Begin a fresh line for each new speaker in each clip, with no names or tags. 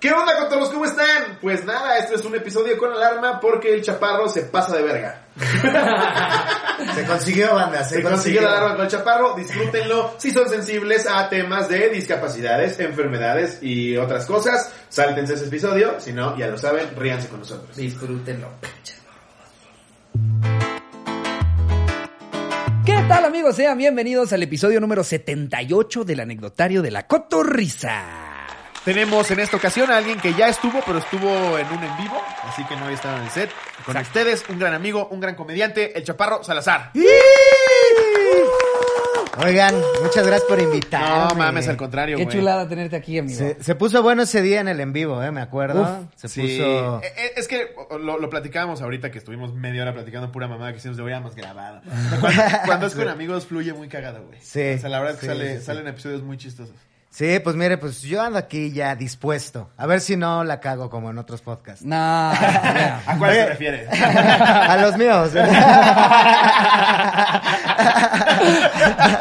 ¿Qué onda con todos? ¿Cómo están? Pues nada, este es un episodio con alarma porque el chaparro se pasa de verga.
Se consiguió, banda, se,
Se consiguió la alarma con el chaparro, disfrútenlo. Si son sensibles a temas de discapacidades, enfermedades y otras cosas, sáltense ese episodio. Si no, ya lo saben, ríanse con nosotros.
Disfrútenlo. ¿Qué tal amigos? Sean bienvenidos al episodio número 78 del anecdotario de la cotorrisa.
Tenemos en esta ocasión a alguien que ya estuvo, pero estuvo en un en vivo, así que no había estado en el set. Con ustedes, un gran amigo, un gran comediante, el Chaparro Salazar.
Oigan, muchas gracias por invitarme.
No mames, al contrario,
Qué
güey.
chulada tenerte aquí, amigo.
Se, se puso bueno ese día en el en vivo, eh, me acuerdo.
Uf,
se
Sí.
puso...
Eh, eh, Es que lo, lo platicábamos ahorita que estuvimos media hora platicando pura mamada que hicimos, lo hubiéramos grabado. Cuando, cuando es con amigos fluye muy cagado, güey.
Sí.
O sea, la verdad es que
Sí,
sale-
sí, sí.
salen episodios muy chistosos.
Sí, pues mire, pues yo ando aquí ya dispuesto. A ver si no la cago como en otros podcasts.
No, mira.
¿A cuál
Oye.
se refiere?
A los míos.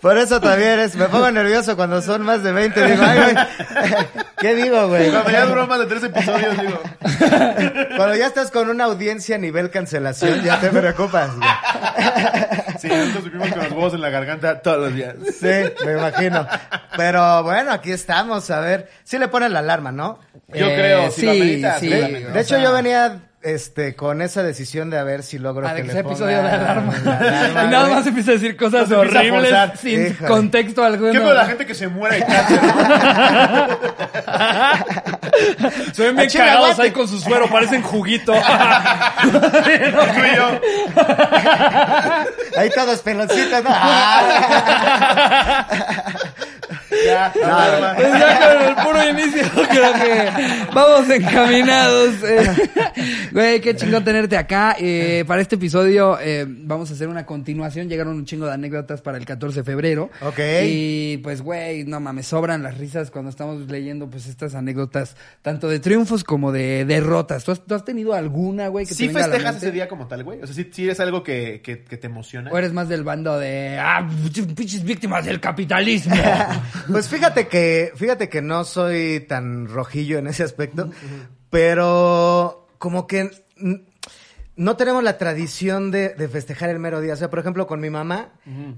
Por eso también es, me pongo nervioso cuando son más de 20. Digo, ay, güey, ¿qué digo, güey?
Cuando ya duró más de tres episodios, digo.
Cuando ya estás con una audiencia a nivel cancelación, ya te preocupas. güey.
Sí, nosotros vivimos con los huevos en la garganta todos los días.
Sí, me imagino. Pero bueno, aquí estamos. A ver, sí le ponen la alarma, ¿no?
Yo
Eh,
creo, si lo
sí,
amerita, si
sí.
lo amerita.
De
o
hecho,
sea-
yo venía este, con esa decisión de a ver si logro
Ah, de
que
que
le
sea
pongan
episodio de alarma.
la alarma,
y nada
güey.
más empieza a decir cosas
Nos empieza a
horribles
forzar.
sin
Híjole.
contexto alguno.
¿Qué con la gente que se muera de cáncer?
Se ven bien
Achille,
cagados
aguante.
ahí con su suero, parecen juguito.
Tú y yo.
Ahí todos peloncitos, ¿no? Ah,
Ya, la alarma.
Pues ya con el puro inicio creo que vamos encaminados. eh. Güey, qué chingón tenerte acá. Eh, para este episodio eh, vamos a hacer una continuación. Llegaron un chingo de anécdotas para el 14 de febrero.
Ok.
Y pues, güey, no mames, sobran las risas cuando estamos leyendo pues estas anécdotas, tanto de triunfos como de derrotas. ¿Tú has, tú has tenido alguna, güey, que
¿Sí
te venga a la
festejas
mente?
ese día como tal, güey? O sea, ¿sí, sí es algo que, que, que te emociona?
¿O eres más del bando de, ah, pinches víctimas del capitalismo?
Pues fíjate que, fíjate que no soy tan rojillo en ese aspecto, pero como que mm, no tenemos la tradición de, de festejar el mero día. O sea, por ejemplo, con mi mamá,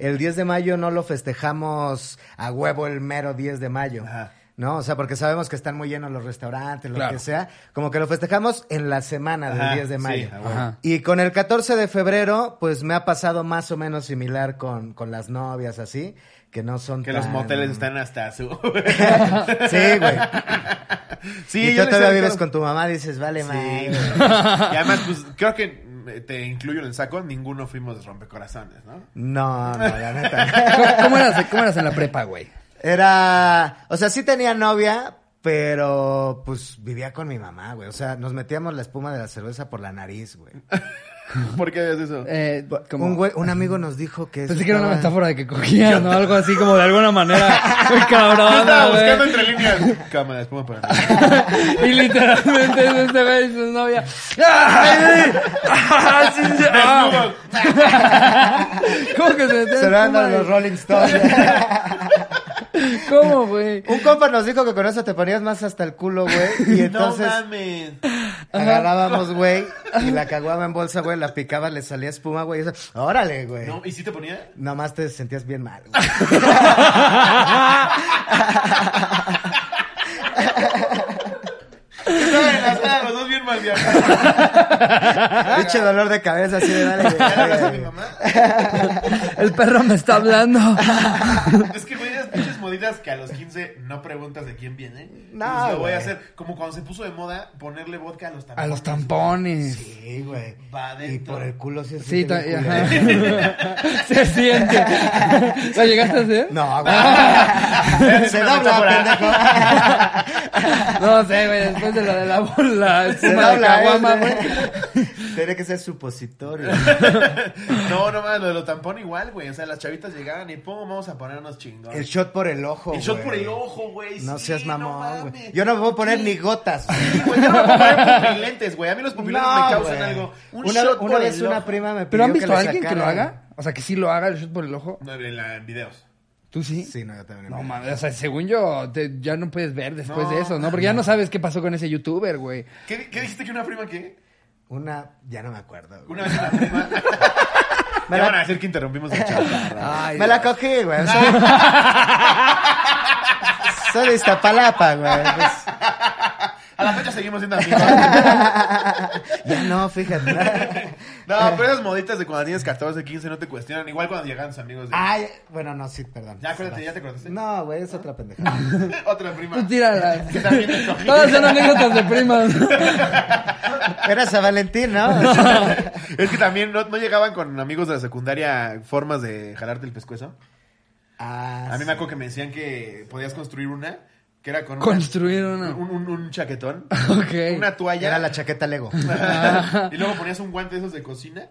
el 10 de mayo no lo festejamos a huevo el mero 10 de mayo.
Ajá.
¿No? O sea, porque sabemos que están muy llenos los restaurantes, lo
Claro.
que sea. Como que lo festejamos en la semana
Ajá,
del 10 de
sí,
mayo.
a huevo.
Ajá.
Y con el 14 de febrero, pues me ha pasado más o menos similar con, con las novias, así, que no son
Que los
tan-
moteles están hasta su...
Sí, güey.
sí,
y
yo
tú
les
todavía
he-
vives con tu eh. mamá, dices, vale,
Sí,
madre.
güey. Y además, pues, creo que mm, te incluyo en el saco, ninguno fuimos rompecorazones, ¿no?
No, no, la neta.
¿Cómo, cómo eras, ¿Cómo eras en la prepa, güey?
Era, o sea, sí tenía novia, pero pues vivía con mi mamá, güey. O sea, nos metíamos la espuma de la cerveza por la nariz, güey.
¿Por qué es eso?
Eh, como-
Un, güey- un amigo nos dijo que... eso
Pensé que era una
estaba-
metáfora de que cogían, ¿no? Algo así como de alguna manera muy
Yo
cabrona,
Ah, estaba buscando
güey.
entre líneas. Cámara, espuma para mí.
Y literalmente es este güey y su novia. ¡Ay, güey! ¡Ah, sí, sí! ¡Ah!
Desnudos.
¿Cómo que se metió?
Se lo
espuma,
andan los
güey?
Rolling Stones.
¿Cómo, güey?
Un compa nos dijo que con eso te ponías más hasta el culo, güey. Y entonces eh.
No mames.
agarrábamos, güey, y la caguaba en bolsa, güey, la picaba, le salía espuma, güey. y eso, Órale, güey.
No, ¿Y si te ponía?
Nomás te sentías bien mal, güey.
Estaban los dos bien mal viajados.
Pinche dolor de cabeza, así de dale, güey,
¿Ya le hablas a mi
dale, Ah. güey.
mamá?
El perro me está hablando.
Es que, güey, esas pinches moditas que a los 15 no preguntas de quién viene.
No,
No. Lo voy
güey.
a hacer. Como cuando se puso de moda ponerle vodka a los
A
tampones.
los tampones.
Sí, güey.
Va
Y
adentro.
por el culo sí se
Sí, ta-
siente bien
ajá.
culero.
Se siente. ¿Lo llegaste a hacer?
No, güey. se dobla,
No sé, güey, después de la de la bola.
Se ¿eh?
espuma de
dobla,
caguama, güey.
pendejo. Tiene que ser supositorio.
No, no mames, lo de los tampones igual, güey. O sea, las chavitas llegaban y pum, vamos a ponernos chingones.
El shot por el ojo,
El shot
güey.
por el ojo, güey.
No
sí,
seas mamón,
mames.
güey. Yo no me voy a poner ni gotas. güey.
Sí, güey, yo no me puedo poner pupilentes, güey. A mí los pupilentes
No,
me causan
güey.
algo. Un
una
shot
una
por
vez
el
una
ojo.
prima me pidió
¿Pero han
que
visto
le
a alguien que lo
sacaran-
haga? O sea, que sí lo haga el shot por el ojo.
No, en, la- en videos.
¿Tú sí?
Sí, no, yo también.
No
me-
mames, o sea, según yo, te- ya no puedes ver después
No,
de eso, ¿no? Porque ya no sabes qué pasó con ese youtuber, güey.
¿Qué, di- qué dijiste que una prima qué?
Una, ya no me acuerdo. güey.
Una vez una prima. Me van a decir que interrumpimos el chat.
Ay,
Me la cogí, güey. Soy, soy de Iztapalapa, güey. Pues,
A la fecha seguimos siendo amigos.
ya no, fíjate.
No, pero esas moditas de cuando tienes 14, 15 no te cuestionan. Igual cuando llegan tus amigos de.
Ah,
Ay, bueno, no, sí, perdón.
Ya, acuérdate, ya te acordaste.
No, güey, es otra pendejada.
Otra prima.
Tú tírala.
Que también te cogí.
Todas son anécdotas de primas.
Era San Valentín, ¿no?
Es que también no, no llegaban con amigos de la secundaria formas de jalarte el pescuezo.
Ah,
A mí
sí.
me acuerdo que me decían que podías construir una, que era con una-
Construir una.
un, un- un chaquetón,
Ok.
una toalla,
Era la chaqueta Lego.
y luego ponías un guante de esos de cocina,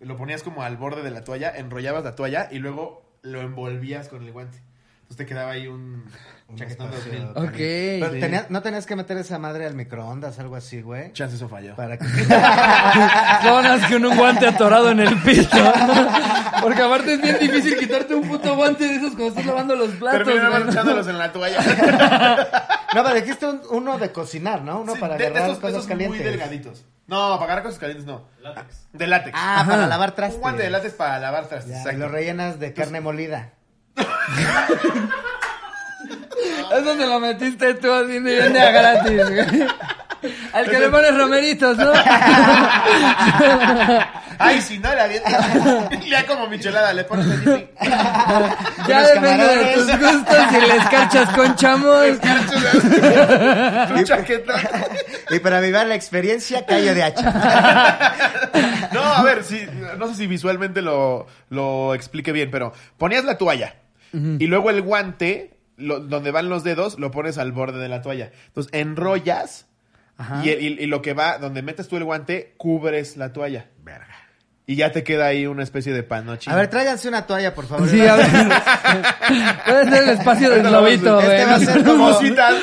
lo ponías como al borde de la toalla, enrollabas la toalla y luego lo envolvías con el guante. Entonces te quedaba ahí un
Un
chaquetón de
espacio.
2000.
Ok.
Pero
Sí.
tenías- no tenías que meter esa madre al microondas, algo así, güey.
Chance eso falló.
Para que...
Zonas con un guante atorado en el piso. Porque aparte es bien difícil quitarte un puto guante de esos cuando estás lavando los platos.
Terminaban
güey.
echándolos en la toalla.
No, pero dijiste un- uno de cocinar, ¿no? Uno
Sí,
para
de- de
agarrar
esos- de
cosas
esos
calientes.
muy delgaditos. No, para agarrar cosas calientes no. De látex.
Ah, para lavar trastes.
Un guante de látex para lavar trastes.
Ya, y
exacto.
lo rellenas de carne molida.
Eso te lo metiste tú haciendo bien de a gratis, güey. Al que le pones romeritos, ¿no?
Ay, si no, la avientas. Ya como michelada, le pones allí.
Ya
Unos
depende de
camarones.
tus gustos si le escarchas con chamoy.
Un chaquetón.
Y para avivar la experiencia, callo de hacha.
No, a ver, sí, no sé si visualmente lo, lo explique bien, pero ponías la toalla y luego el guante, lo- donde van los dedos, lo pones al borde de la toalla. Entonces enrollas
Ajá.
y, el- y- y lo que va, donde metes tú el guante, cubres la toalla. Verga. Y ya te queda ahí una especie de panochino.
A ver, tráiganse una toalla, por favor.
Sí, a ver. Puede ser el espacio del
Ahorita lo vamos a
globito,
hacer.
güey.
Este va a ser como-
Musitas.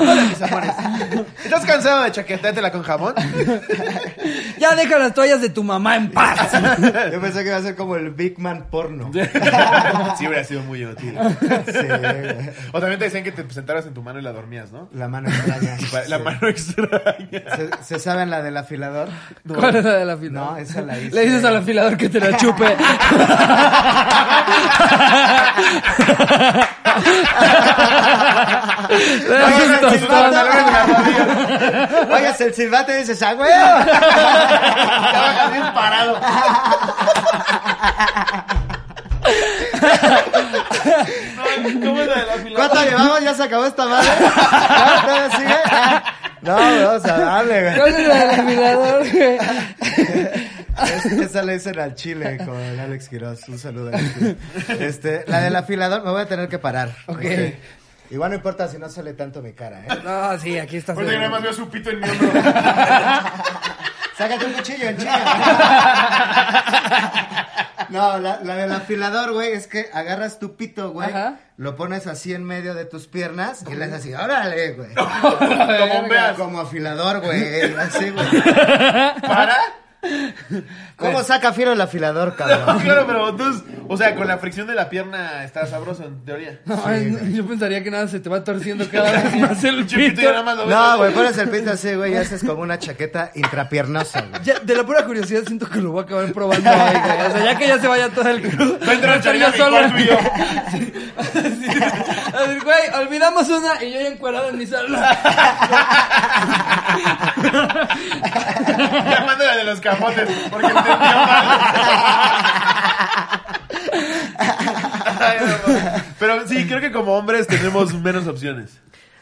Hola, mis amores. ¿Estás cansado de chaquetártela con jamón?
Ya deja las toallas de tu mamá en paz.
Yo pensé que iba a ser como el Big Man porno. Sí,
sí, hubiera sido muy útil.
güey.
O también te decían que te sentaras en tu mano y la dormías, ¿no?
La mano extraña.
Pa- La mano extraña.
¿Se, se saben la del afilador?
¿Cuál es la del afilador?
No, este. esa la hice.
Le dices al afilador que te la chupe. Le das un
Oigan,
tostón.
silbato. Oigas el silbato y dices, ¡ah, güey!
Te bajas bien parado. No, ¿Cómo es la de la fila?
¿Cuánto llevamos? ¿Ya se acabó esta madre? ¿No? ¿Todavía sigue? Ah, No, vamos a darle, güey.
¿Cuál es la del afilador, güey?
Es- esa la dicen al chile con Alex Quiroz. Un saludo. Alex Quiroz. Este, la del afilador me voy a tener que parar.
Ok.
Este, Igual no importa si no sale tanto mi cara, ¿eh?
No, sí, aquí estás.
Ahorita yo nada más veo su pito en mi hombro.
Sácate un cuchillo, en No, la, la del afilador, güey, es que agarras tu pito, güey,
Ajá.
lo pones así en medio de tus piernas y le haces así, órale, güey.
Lo bombeas.
Como afilador, güey, así, güey.
¿Para?
¿Cómo saca fiero el afilador,
No,
cabrón?
claro, pero entonces, o sea, con la fricción de la pierna está sabroso en teoría.
No, ay, no, yo pensaría que nada se te va torciendo cada vez más el
Chiquito,
pito.
ya nada más lo ves.
No, güey, pones el pito así, güey, y haces como una chaqueta intrapiernosa, güey.
Ya, de la pura curiosidad siento que lo voy a acabar probando hoy, güey. O sea, ya que ya se vaya todo el club.
Va a entrar
estar
Charlie a
yo
mi
solo.
cuarto y yo.
Sí. Sí. A ver, güey, olvidamos una y yo ya encuadrado en mi sala.
Llamándole de los camotes, porque entendió mal. Ay, no, no. Pero sí, creo que como hombres tenemos menos opciones.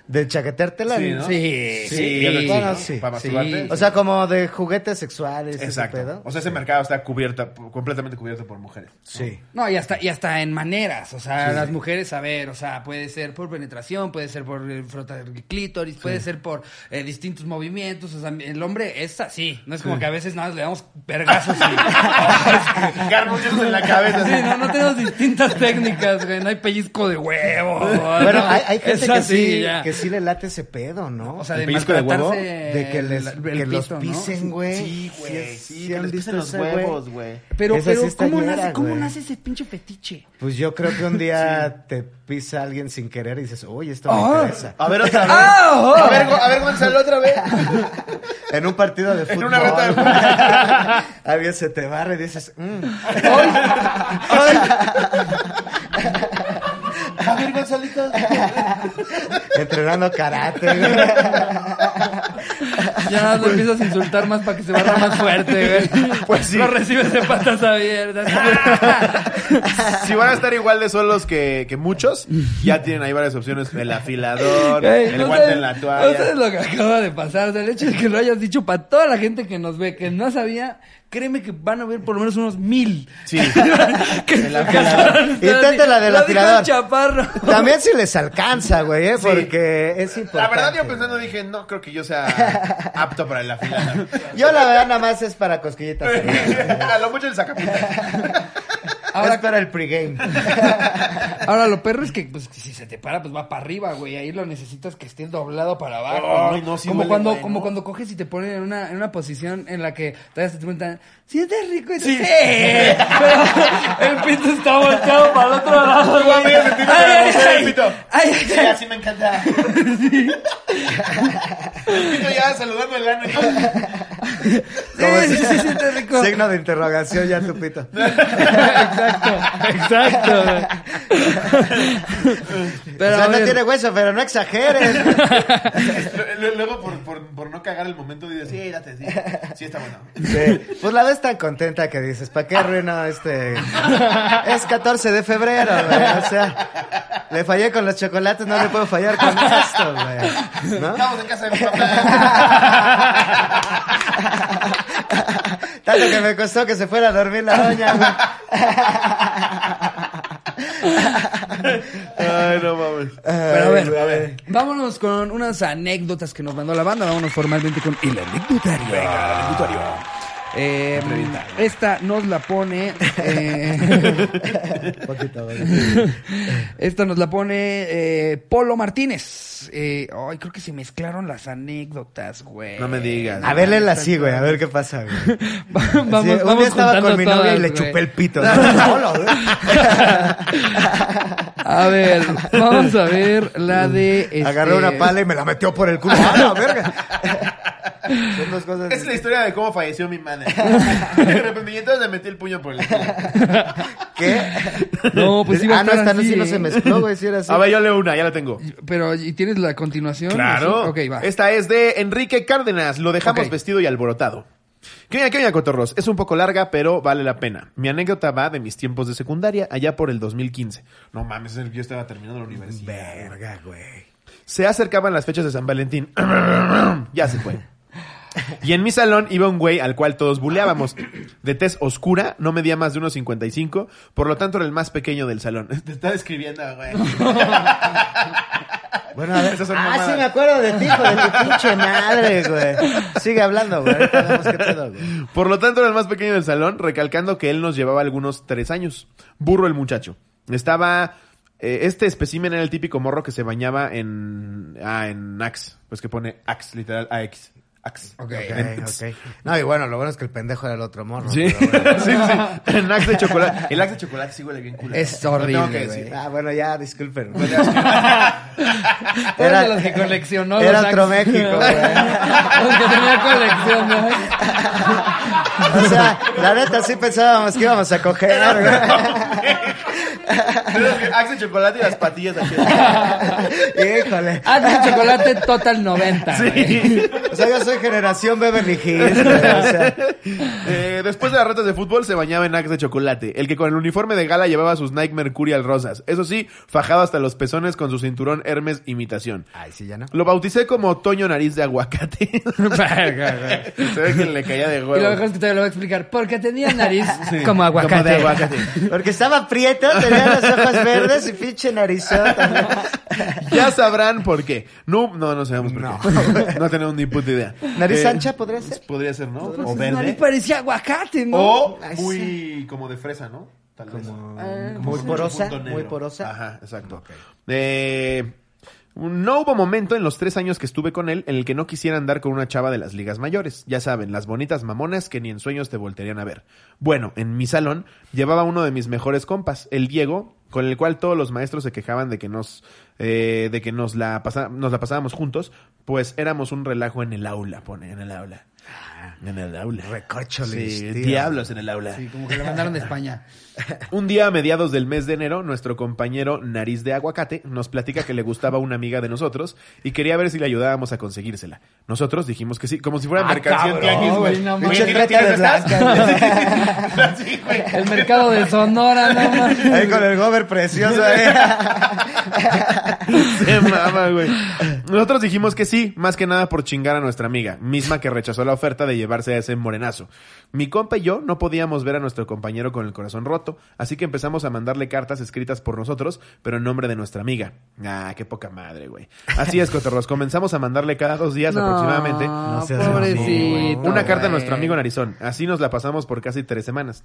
De chaqueteártela.
Sí, ¿no?
Sí,
sí,
yo creo que
bueno,
¿no?
sí,
Para
sí.
masturbarte.
O sea, como de juguetes sexuales,
Exacto.
Exacto. pedo.
O sea, ese mercado está cubierta, completamente cubierto por mujeres.
Sí.
No, y hasta, y hasta en maneras. O sea, las mujeres, a ver, o sea, puede ser por penetración, puede ser por eh, frotar el clítoris, puede ser por eh, distintos movimientos. O sea, el hombre es así. No es como que a veces nada más le damos vergazos y.
Garbuchos en la cabeza.
Sí,
así.
no, no tenemos distintas técnicas, güey. No hay pellizco de huevo.
Bueno, hay, hay gente
Es
que
así,
sí,
ya.
que sí le late ese pedo, ¿no?
O sea,
¿El
de
pellizco de huevo?
maltratarse
de que, les,
el- el
que los
pito, ¿no?
pisen, güey.
Sí, güey. Sí, que
han
les
visto
pisen los
ese, güey.
huevos, güey.
Pero,
Esa
pero
sí está
¿cómo,
ñera,
nace, ¿cómo
güey.
nace ese pinche fetiche?
Pues yo creo que un día te pisa alguien sin querer y dices, uy, esto me
Ah.
interesa.
A ver, otra vez.
¡Ah!
A ver, Gon- a ver, Gonzalo, otra vez.
En un partido de fútbol.
En una reta de fútbol.
Alguien se te barre y dices, "Mm".
A ver, Gonzalito.
entrenando karate. güey.
Ya lo empiezas a insultar más para que se barra más fuerte, güey.
Pues sí.
Lo recibes de patas abiertas.
Si van a estar igual de solos que, que muchos, ya tienen ahí varias opciones. El afilador,
Ey,
el
no
guante
sabes-
en la
No sabes
toalla.
lo que acaba de pasar. O sea, el hecho de que lo hayas dicho para toda la gente que nos ve, que no sabía, créeme que van a ver por lo menos unos mil.
Sí.
que
El afilador.
Inténtala del
Lo dijo el
afilador.
chaparro.
También si les alcanza, güey, ¿eh? porque es
La
importante.
verdad, yo pensando dije, no creo que yo sea apto para el afilador.
Yo la verdad nada más es para cosquillitas.
A lo mucho el sacapunta.
es para el pregame.
Ahora, lo perro es que, pues, si se te para, pues va para arriba, güey. Ahí lo necesitas que estés doblado para abajo.
Ay, no, sí
como
duele,
cuando,
güey,
como
¿no?
cuando coges y te ponen en una, en una posición en la que todavía se te preguntan, ¿sientes rico? Y tú,
Sí.
sí. Pero el pito está volteado para el otro lado,
Tú a
güey.
medio centímetro de voltear el pito.
ay, ay,
Sí, así me encanta. El pito ya saludando el ano y todo.
Como
Sí,
si-
sí, sí, sientes rico.
Signo de interrogación ya, tupito.
exacto, exacto. güey. Pero,
o sea,
a
no
ver,
tiene hueso, pero no exageres.
Lo- Luego, por, por, por no cagar el momento, dices, sí, date, sí. Sí, está bueno.
Sí. Pues la ves tan contenta que dices, ¿para qué arruino este? Es 14 de febrero, güey. O sea, le fallé con los chocolates, no le puedo fallar con esto, güey. ¿No?
Estamos en casa de mi papá.
Tanto que me costó que se fuera a dormir la doña, güey.
Ay, no mames.
pero a ver,
A ver.
vámonos con unas anécdotas que nos mandó la banda. Vámonos formalmente con el anecdotario. Eh, esta nos la pone. eh,
Poquito, güey.
esta nos la pone eh, Polo Martínez. Eh, ay, creo que se mezclaron las anécdotas, güey.
No me digas.
A ver, léela así, güey, a ver qué pasa, güey.
vamos,
Sí,
vamos
un día estaba
juntando
con mi novia
todas,
y le
güey.
chupé el pito. ¿no? Hola, güey.
A ver, vamos a ver la de. este-
Agarré una pala y me la metió por el culo. ¡Ah, la verga! Son dos cosas.
Es la historia de cómo falleció mi madre. De repente, y entonces le metí el puño por el culo.
¿Qué?
No, pues sí va a
Ah, no,
estar
esta no,
así,
sí no
¿eh?
se mezcló, güey, sí era así.
A ver, yo leo una, ya la tengo.
Pero, ¿y tienes la continuación?
Claro.
Ah, ¿Sí? Ok, va.
Esta es de Enrique Cárdenas. Lo dejamos
Ok.
vestido y alborotado. ¿Qué oña, qué oña, cotorros? Es un poco larga, pero vale la pena. Mi anécdota va de mis tiempos de secundaria, allá por el 2015. No mames, yo estaba terminando la universidad.
Verga, güey.
Se acercaban las fechas de San Valentín. ya se fue. Y en mi salón iba un güey al cual todos buleábamos. De tez oscura, no medía más de unos 55, por lo tanto era el más pequeño del salón. Te está describiendo, güey.
Bueno, a ver.
Esas son
ah,
mamadas.
sí, me acuerdo de ti, hijo de tu pinche madre, güey. Sigue hablando, güey. Ahorita vemos qué pedo, güey.
Por lo tanto, era el más pequeño del salón, recalcando que él nos llevaba algunos tres años. Burro el muchacho. Estaba. eh, este espécimen era el típico morro que se bañaba en. Ah, en Axe. Pues que pone Axe, literal, AX. Axe.
Ok.
En-
Ok, ok. No, y bueno, lo bueno es que el pendejo era el otro morro.
Sí,
pero bueno.
sí, sí. El Axe de chocolate. El Axe de chocolate sí huele bien culo.
Es
Lo tengo
horrible,
que
güey.
decir.
Ah, bueno, ya, disculpen.
Tú eres de los que coleccionó
era
los
otro
Axe.
México, güey.
Los que tenía colección, ¿no?
O sea, la neta sí pensábamos que íbamos a coger,
Axe de chocolate y las patillas aquí.
güey. Híjole.
Axe chocolate total 90. güey.
Sí.
O sea, yo soy generación Beverly Hills, güey. O sea,
Eh, después de las retas de fútbol se bañaba en Axe de chocolate, el que con el uniforme de gala llevaba sus Nike Mercurial rosas. Eso sí, fajado hasta los pezones con su cinturón Hermes imitación.
Ay, sí, ya no.
Lo bauticé como Toño Nariz de Aguacate.
Verga,
se ve que le caía de
güey. Y lo mejor
huevo.
es que te lo voy a explicar. Porque tenía nariz
Sí,
como aguacate.
Como de aguacate.
Porque estaba prieto, tenía los ojos verdes y pinche narizota.
Ya sabrán por qué. No, no, no sabemos por
No.
qué. No tenemos ni puta idea.
¿Nariz
Eh,
ancha podría ser?
Podría ser, ¿no?
Porque
O
su Pues, nariz
verde.
parecía aguacate, ¿no?
O
Ay,
muy como de fresa, ¿no? Tal vez.
Como
Ah,
muy
Mucho
porosa,
punto negro.
muy porosa.
Ajá, exacto. Eh, No hubo momento en los tres años que estuve con él en el que no quisiera andar con una chava de las ligas mayores. Ya saben, las bonitas mamonas que ni en sueños te voltearían a ver. Bueno, en mi salón llevaba uno de mis mejores compas, el Diego, con el cual todos los maestros se quejaban de que nos, eh, de que nos la, pasa- nos la pasábamos juntos, pues éramos un relajo en el aula, pone, en el aula.
Ah.
En el aula.
Recórcholis,
Sí,
tío.
diablos en el aula.
Sí, como que lo mandaron de España.
Un día a mediados del mes de enero, nuestro compañero Nariz de Aguacate nos platica que le gustaba una amiga de nosotros y quería ver si le ayudábamos a conseguírsela. Nosotros dijimos que sí, como si fuera
Ah,
mercancía en
cabrón,
tianguis, güey.
güey, no
Güey,
manches.
¿tienes-
Trata de
tienes estas? Sí, güey.
El mercado de Sonora, no mames.
Ahí con el gober precioso, eh.
Se mama, güey. Nosotros dijimos que sí, más que nada por chingar a nuestra amiga, misma que rechazó la oferta de llevarse a ese morenazo. Mi compa y yo no podíamos ver a nuestro compañero con el corazón roto, así que empezamos a mandarle cartas escritas por nosotros, pero en nombre de nuestra amiga. Ah, qué poca madre, güey. Así es, Cotorros, comenzamos a mandarle cada dos días aproximadamente.
No,
No seas
pobrecito.
mamón, güey.
Una carta a
güey.
nuestro amigo Narizón. Así nos la pasamos por casi tres semanas.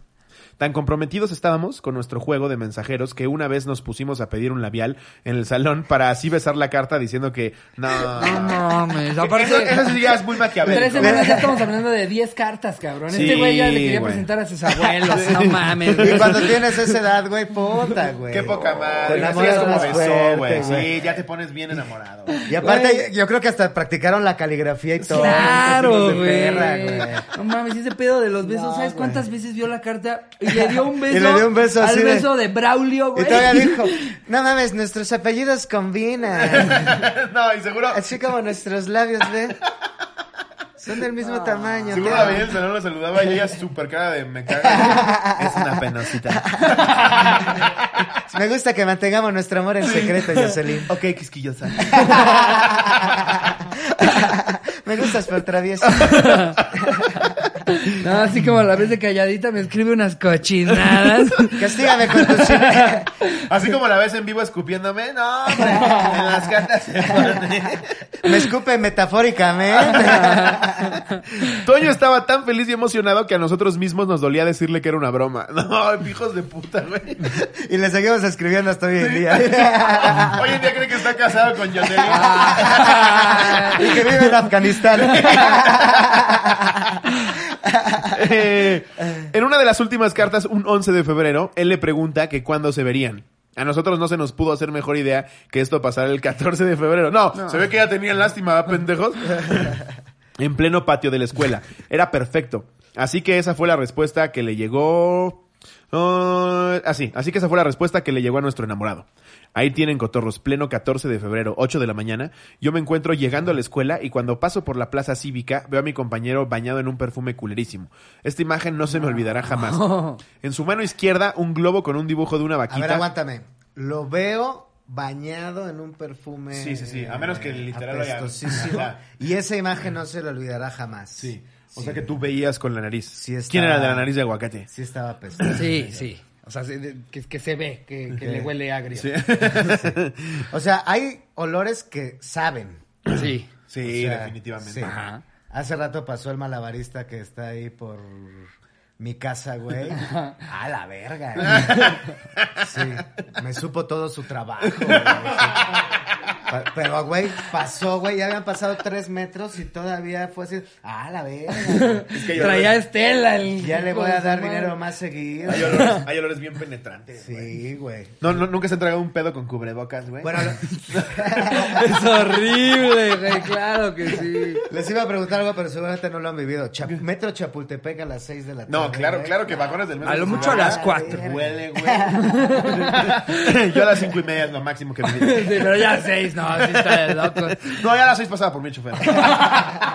Tan comprometidos estábamos con nuestro juego de mensajeros que una vez nos pusimos a pedir un labial en el salón para así besar la carta diciendo que no.
No
Eso,
mames.
eso
Aparte.
sí ya es muy
Tres
maquiavélico.
semanas ya estamos hablando de 10 cartas, cabrón.
Sí,
este güey ya le quería
güey.
presentar a sus abuelos. No mames.
Y cuando tienes esa edad, güey, puta, güey.
Qué poca
Te
madre. Ya
enamoras
sabes cómo
más
besó,
fuerte,
güey.
güey.
Sí, ya te pones bien enamorado. güey.
Y aparte, yo creo que hasta practicaron la caligrafía y todo. Estos
Claro,
hijos de perra,
güey.
güey.
No mames, ese pedo de los besos. ¿Sabes cuántas veces vio la carta? Y le dio un beso.
Y le dio un beso
al
así de-
beso de, Braulio,
Y
güey.
todavía dijo, no mames, nuestros apellidos combinan.
no, y seguro.
Así como nuestros labios, ve. Son del mismo tamaño.
Seguro
te
la
amo".
veía en el salón, la saludaba y ella super cara de me caga. Es una penosita.
Me gusta que mantengamos nuestro amor en secreto, Jocelyn.
ok, quisquillosa.
Me gustas por travieso.
No, así como a la vez de calladita me escribe unas cochinadas.
Castígame con tus chin-
Así como la ves en vivo escupiéndome. No, hombre. En las cartas se pone.
Me escupe metafóricamente.
Toño estaba tan feliz y emocionado que a nosotros mismos nos dolía decirle que era una broma. No, hijos de puta, güey.
Y le seguimos escribiendo hasta hoy en día.
Hoy en día cree que está casado con Yandel.
Y que vive en Afganistán.
Eh, en una de las últimas cartas, un 11 de febrero, él le pregunta que cuándo se verían. A nosotros no se nos pudo hacer mejor idea que esto pasara el 14 de febrero. No, se ve que ya tenían lástima, ¿verdad, pendejos. en pleno patio de la escuela. Era perfecto. Así que esa fue la respuesta que le llegó. ah, así, así que esa fue la respuesta que le llegó a nuestro enamorado. Ahí tienen cotorros, pleno 14 de febrero, 8 de la mañana. Yo me encuentro llegando a la escuela y cuando paso por la plaza cívica veo a mi compañero bañado en un perfume culerísimo. Esta imagen no se me olvidará jamás. En su mano izquierda, un globo con un dibujo de una
A
vaquita.
ver, aguántame. Lo veo bañado en un perfume.
Sí, sí, sí. A menos que literal lo haya-
apestosísimo.
Ajá.
Y esa imagen no se la olvidará jamás.
sí. O sea que tú veías con la nariz.
Sí está-
¿Quién era de la nariz de aguacate?
Sí estaba pesado.
Sí, sí. O sea, se- de- que, que se ve, que, que le huele agrio. Sí.
O sea, hay olores que saben.
Sí,
O sea,
definitivamente.
sí.
Ajá.
Hace rato pasó el malabarista que está ahí por mi casa, güey. A la verga. güey. Sí, me supo todo su trabajo. güey, sí. Pa- Pero, güey, pasó, güey. Ya habían pasado tres metros y todavía fue así. A la verga. güey.
que yo-
Traía Estela. El
Ya le voy a dar dinero más seguido.
Hay olores, hay olores bien penetrantes. güey.
Sí, güey.
No, no, nunca se han tragado un pedo con cubrebocas, güey.
Bueno,
Es horrible, güey. Claro que sí.
les iba a preguntar algo, pero seguramente no lo han vivido. Chap- Metro Chapultepec a las seis de la tarde.
no, claro,
güey.
claro que vagones del metro.
A lo
se
mucho a
huele.
las cuatro.
Huele, güey. Yo a las cinco y media es lo máximo que me
Sí,
viene.
pero ya seis, no, sí está de loco.
No, ya a las seis pasaba por mi chofer.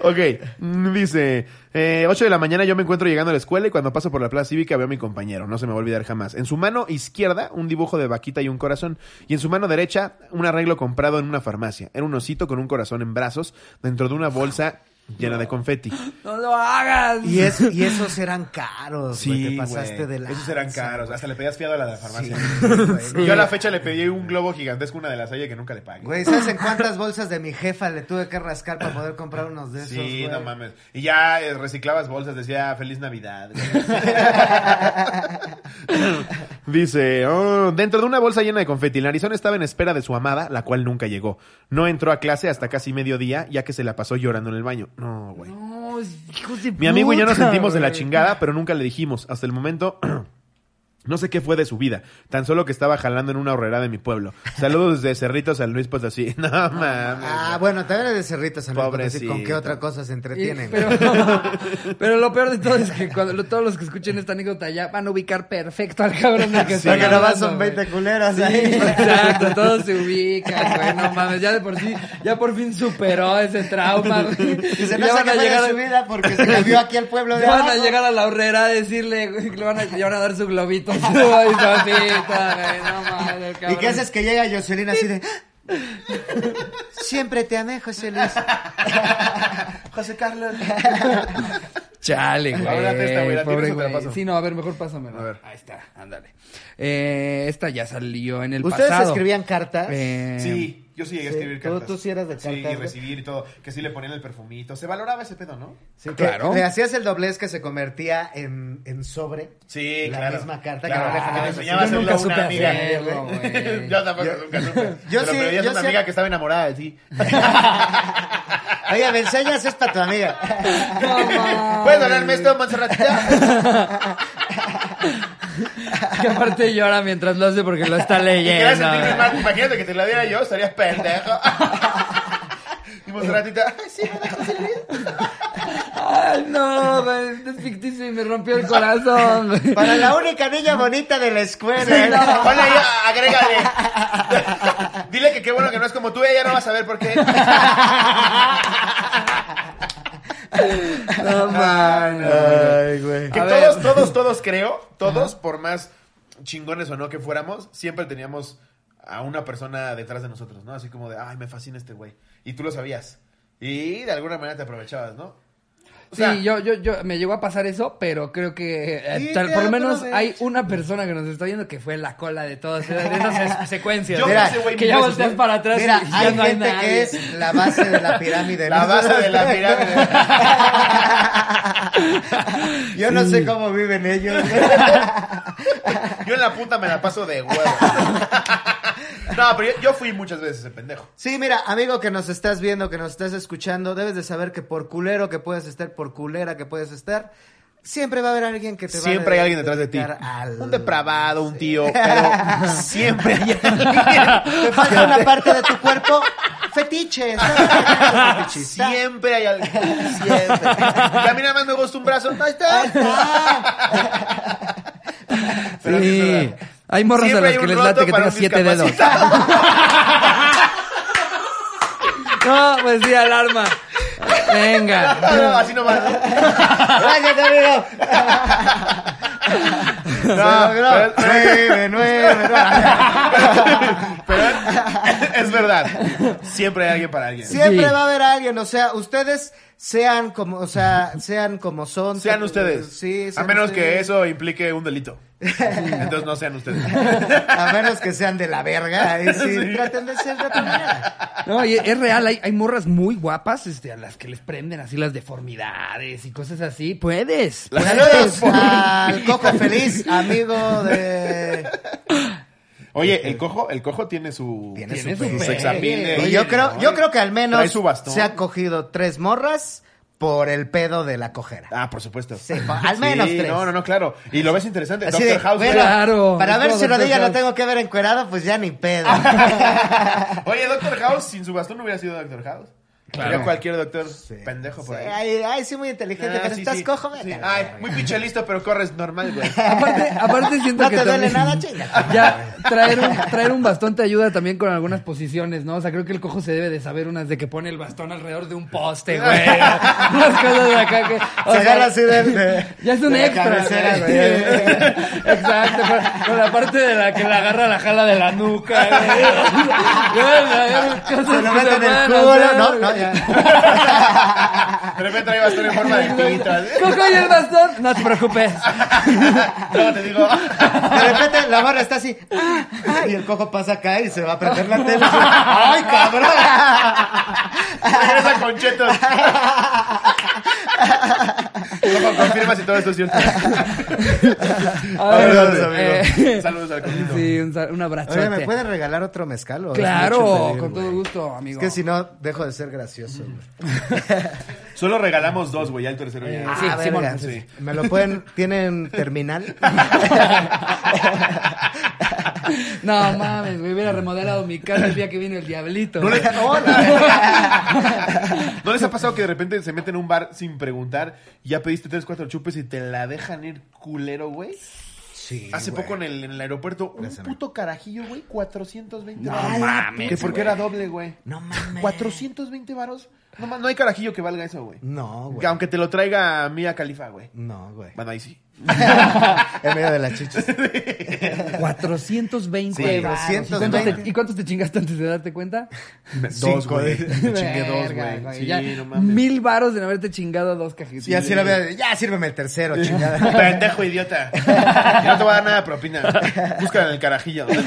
Ok, mm, dice, eh, 8 de la mañana yo me encuentro llegando a la escuela y cuando paso por la plaza cívica veo a mi compañero, no se me va a olvidar jamás. En su mano izquierda un dibujo de vaquita y un corazón y en su mano derecha un arreglo comprado en una farmacia. Era un osito con un corazón en brazos dentro de una bolsa llena de confeti.
¡No lo hagas!
Y, es, y esos eran caros, güey. te pasaste
güey.
de la.
Esos eran caros. Hasta le pedías fiado a la de la farmacia.
Sí.
Yo a la fecha le pedí un globo gigantesco, una de las Salle que nunca le pagué.
Güey, ¿sabes en cuántas bolsas de mi jefa le tuve que rascar para poder comprar unos de esos?
sí,
güey?
no mames. Y ya eh, reciclabas bolsas, decía Feliz Navidad. güey. Dice, "Oh, dentro de una bolsa llena de confeti, el narizón estaba en espera de su amada, la cual nunca llegó. No entró a clase hasta casi mediodía, ya que se la pasó llorando en el baño. No, güey.
No, hijos de
Mi amigo y yo nos
puta,
sentimos de la
güey.
chingada, pero nunca le dijimos. Hasta el momento, no sé qué fue de su vida. Tan solo que estaba jalando en una horrera de mi pueblo. Saludos desde Cerrito San Luis Potosí. No mames.
Ah, bueno, también es de cerritos, San Luis Potosí, ¿Con
Pobrecito.
qué otra cosa se
Y-
entretienen?
pero,
güey?
pero lo peor de todo es que cuando lo- todos los que escuchen esta anécdota ya van a ubicar perfecto al cabrón del que
Sí.
están
Porque nomás
hablando,
son
güey.
20 culeras
Sí,
ahí.
exacto, todo se ubica, güey, no mames, ya de por sí, ya por fin superó ese trauma, güey.
Dice,
Ya
no sé
van
qué
a
fue de
llegar-
su vida porque se cambió aquí al pueblo de
ya van a
abajo.
llegar a la horrera a decirle, güey, que le van a, le van a dar su globito, su papita, güey, no mames, el
¿Y
cabrón.
qué haces que llega Jocelyn así de... "Ah". Siempre te amé, José Luis.
José Carlos.
Chale, güey.
Ahora te esta, güey, la
pobre
tienes o te la
güey.
paso.
Sí, no, a ver, mejor pásame.
A ver.
Ahí está, ándale. Eh, esta ya salió en el
¿Ustedes
pasado.
escribían cartas?
Eh,
Sí, yo sí llegué a
Sí,
escribir
tú-
cartas.
tú sí eras de
Sí,
cartas,
y
¿no?
recibir y todo. Que sí le ponían el perfumito. Se valoraba ese pedo, ¿no?
Sí, que
Claro.
Le hacías el doblez que se convertía en, en sobre.
Sí,
la
claro.
misma carta
Claro,
que
que
nos
le
dejaban.
enseñaba a
Yo
hacerlo
nunca
a
supe
una amiga.
hacerlo, güey.
yo tampoco nunca supe.
Yo
Pero
sí,
pedías
yo
a una
sí-
amiga que estaba enamorada de ti.
Oye, me enseñas, es para tu amiga.
No mames.
¿Puedes donarme esto, Monserratita?
Que aparte llora mientras lo hace porque lo está
Y querías sentirme
leyendo.
mal. Imagínate que te la diera yo, estarías pendejo. y Monserratita, ay, sí, me dejas el
Ay, no, güey, es ficticio y me rompió el corazón. güey.
Para la única niña bonita de la
dinero.
escuela.
Ponle ahí, agrégale. Dile que qué bueno que no es como tú, ella no va a saber por qué.
No mames.
Ay, güey.
Que
A ver.
todos, todos, todos creo, todos, por más chingones o no que fuéramos, siempre teníamos a una persona detrás de nosotros, ¿no? Así como de, ay, me fascina este güey. Y tú lo sabías. Y de alguna manera te aprovechabas, ¿no? O sea,
Sí, yo, yo, yo, me llegó a pasar eso, pero creo que eh,
Sí,
tal-
ya,
por lo
tú lo
menos
ves.
hay una persona que nos está viendo que fue la cola de todas de esas se- secuencias.
Yo
¿no?
creo que ese
güey
que
mil
ya
veces,
volteas
¿eh?
para atrás
Mira,
y ya
hay
no hay
gente
nadie.
que es la base de la pirámide.
la
¿no?
base de la pirámide.
Yo no sé cómo viven ellos.
Yo en la punta me la paso de huevo. No, pero yo, yo fui muchas veces ese pendejo.
Sí, mira, amigo que nos estás viendo, que nos estás escuchando, debes de saber que por culero que puedes estar, por culera que puedes estar, siempre va a haber alguien que te va a
Siempre hay alguien detrás de ti.
dedicar al-
Un depravado, un tío, pero siempre hay alguien.
Te falta una parte de tu cuerpo fetiche. ¿sabes? Fetichista.
Siempre hay alguien. Siempre. Y a mí nada más me gusta un brazo. Ahí está. Pero sí es
Sí.
verdad.
Hay morras
Siempre
a
hay
las que
un
les
roto
late que
para
tenga
un
siete dedos.
discapacitado.
No, pues sí, alarma. Venga.
No, no, así nomás.
Gracias, amigo.
No,
Se
pero-
logró. Nueve, nueve, nueve.
Pero es verdad. Siempre hay alguien para alguien.
Siempre
Sí.
va a haber alguien, o sea, ustedes sean como, o sea, sean como son.
Sean ustedes.
Sí,
a
sean
menos que
ustedes.
eso implique un delito. Entonces no sean ustedes.
A menos que sean de la verga, ahí sí,
Sí.
traten de ser de otra manera.
No, y es real, hay, hay morras muy guapas, este, a las que les prenden así las deformidades y cosas así. Puedes.
Saludos al Coco Feliz, amigo de...
Oye, el cojo, el cojo tiene su
Tiene
su
su
pene.
sex appeal de-
Y yo creo,
eh.
yo creo que al
Trae
menos
su bastón.
se ha cogido tres morras por el pedo de la cojera.
Ah, por supuesto.
Sí, po- al menos
Sí,
tres.
No, no, no, claro. Y lo ves interesante.
Así
Doctor
de,
House.
bueno,
mira.
Claro.
para ver si
Doctor
rodilla la
House.
tengo que ver encuerada, pues ya ni pedo.
Oye, Doctor House sin su bastón no hubiera sido Doctor House.
Claro.
Sería cualquier doctor pendejo por
Sí,
ahí.
ay, ay, sí, muy inteligente,
Ah,
pero
sí,
estás
sí.
cojo, vete
Sí.
a la
Ay,
verga.
muy pinche listo, pero corres normal, güey.
Aparte, aparte siento
No
que
te duele
también-
nada, chinga.
Ya, traer un, traer un bastón te ayuda también con algunas posiciones, ¿no? O sea, creo que el cojo se debe de saber unas de que pone el bastón alrededor de un poste, güey. Unas cosas de acá que... o
Se
sea,
agarra así de, de-
Ya es un
de la
extra.
cabecera,
güey.
güey.
Exacto, con, con la parte de la que le agarra la jala de la nuca, güey. Bueno, hay cosas
Se lo
que
mete
se pueden
en el culo,
hacer,
no,
güey.
no,
toalla.
ya
de repente ahí va a estar en forma de ¿eh? pita.
Coco y el bastón, no te preocupes.
Luego te digo.
De repente la barra está así. ah, ah, y el coco pasa acá y se va a prender la tele. ¡Ay, cabrón!
Regresa con chetos. Luego confirma si todo esto es cierto.
A ver,
Saludos, amigos.
eh,
Saludos al conjunto.
Sí, un, sal- un abrazote.
Oye, ¿me pueden regalar otro mezcal? o es mucho
Claro,
pedir,
con todo
güey?
gusto,
Es
amigo.
que si no, dejo de ser gracioso. güey.
Solo regalamos dos, güey, al tercero ya.
sí,
Ah,
Simón,
verga.
sí.
¿Me lo pueden? ¿Tienen terminal?
No mames, me hubiera remodelado mi casa el día que vino el diablito.
No, le- Oh. Hola. ¿No les ha pasado que de repente se meten en un bar sin preguntar, ya pediste tres, cuatro chupes y te la dejan ir culero, güey?
Sí,
Hace
güey.
poco en el, en el aeropuerto, un puto carajillo, güey, 420
No
varos.
mames,
Que porque
güey.
era doble, güey.
No mames.
420 varos. No, ma- no hay carajillo que valga eso, güey.
No,
Que
güey.
Aunque te lo traiga Mía Califa, güey.
No, güey.
Bueno, ahí sí.
En medio de las chichas.
420
Sí,
varos. ¿Y
420.
cuántos te- ¿Y cuántos te chingaste antes de darte cuenta?
dos,
Cinco,
güey.
güey.
Me chingué dos,
Verga,
güey.
ya,
Sí, no mames.
Mil varos de haberte chingado dos cajitas.
Y así la veo. Ya, sírveme el tercero, chingada.
Pendejo idiota. No te voy a dar nada de propina. Búscala en el carajillo. A ver.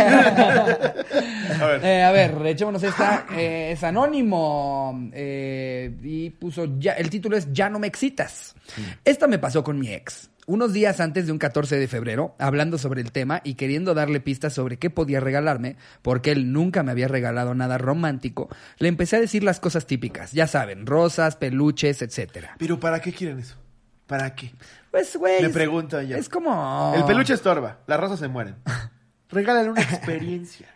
Eh, a ver, echémonos esta. Eh, es anónimo. Eh, y puso. Ya, el título es Ya no me excitas. Esta me pasó con mi ex. Unos días antes de un 14 de febrero, hablando sobre el tema y queriendo darle pistas sobre qué podía regalarme, porque él nunca me había regalado nada romántico, le empecé a decir las cosas típicas, ya saben, rosas, peluches, etcétera.
Pero ¿para qué quieren eso? ¿Para qué?
Pues, güey.
Me
es-
pregunto yo.
Es como.
El peluche estorba, las rosas se mueren. Regálale una experiencia.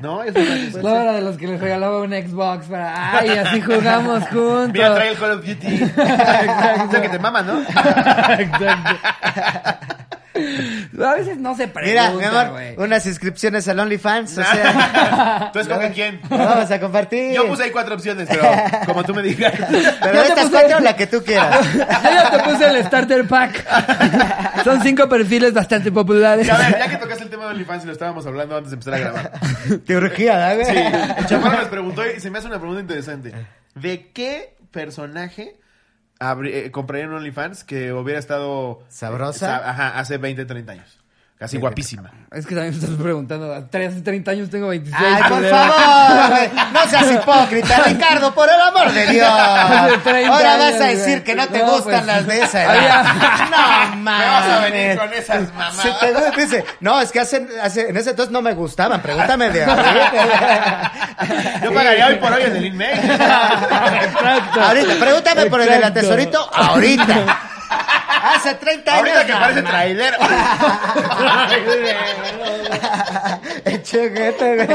¿No? Es lo que-
Pues, La hora de los que les regalaba un Xbox para. ¡Ay, así jugamos juntos!
Mira, trae el Call of Duty. Es el que te mama, ¿no?
Exacto. A veces no se
Mira,
pregunta,
mi amor,
güey.
unas inscripciones al OnlyFans. O sea,
¿Tú escoges quién?
lo vamos a compartir.
Yo puse ahí cuatro opciones, pero como tú me digas.
Yo
Pero de
te
estas
puse-
cuatro, la que tú quieras.
Yo ya te puse el starter pack. Son cinco perfiles bastante populares.
Ya, a ver, ya que tocaste el tema de OnlyFans y lo estábamos hablando antes de empezar a grabar.
Te urgía, ¿eh, güey?
Sí, el chaparro nos preguntó y se me hace una pregunta interesante.
Ah.
¿De qué personaje abri- eh, compraría un OnlyFans que hubiera estado... eh,
¿Sabrosa?
sa- ajá, hace 20, 30 años. Casi guapísima.
Es que también me estás preguntando. a tres- Hace 30 años tengo 26.
Ay, por
culera.
favor, güey. no seas hipócrita, Ricardo, por el amor de Dios.
Hace 30
Ahora vas a
años,
decir
güey.
que no te
No,
gustan
pues.
las de esa
Había-
edad. No
Me vas a venir
mames.
con esas mamadas.
Si te gusta, dice, no, es que hace, hace- en ese entonces no me gustaban, pregúntame de ahorita.
Yo pagaría hoy por hoy en el InMail.
Exacto.
Ahorita, pregúntame por el de la
Exacto.
tesorito ahorita. Hace 30 años.
Ahorita que
no,
parece
ma-
traidero.
Chequete, güey.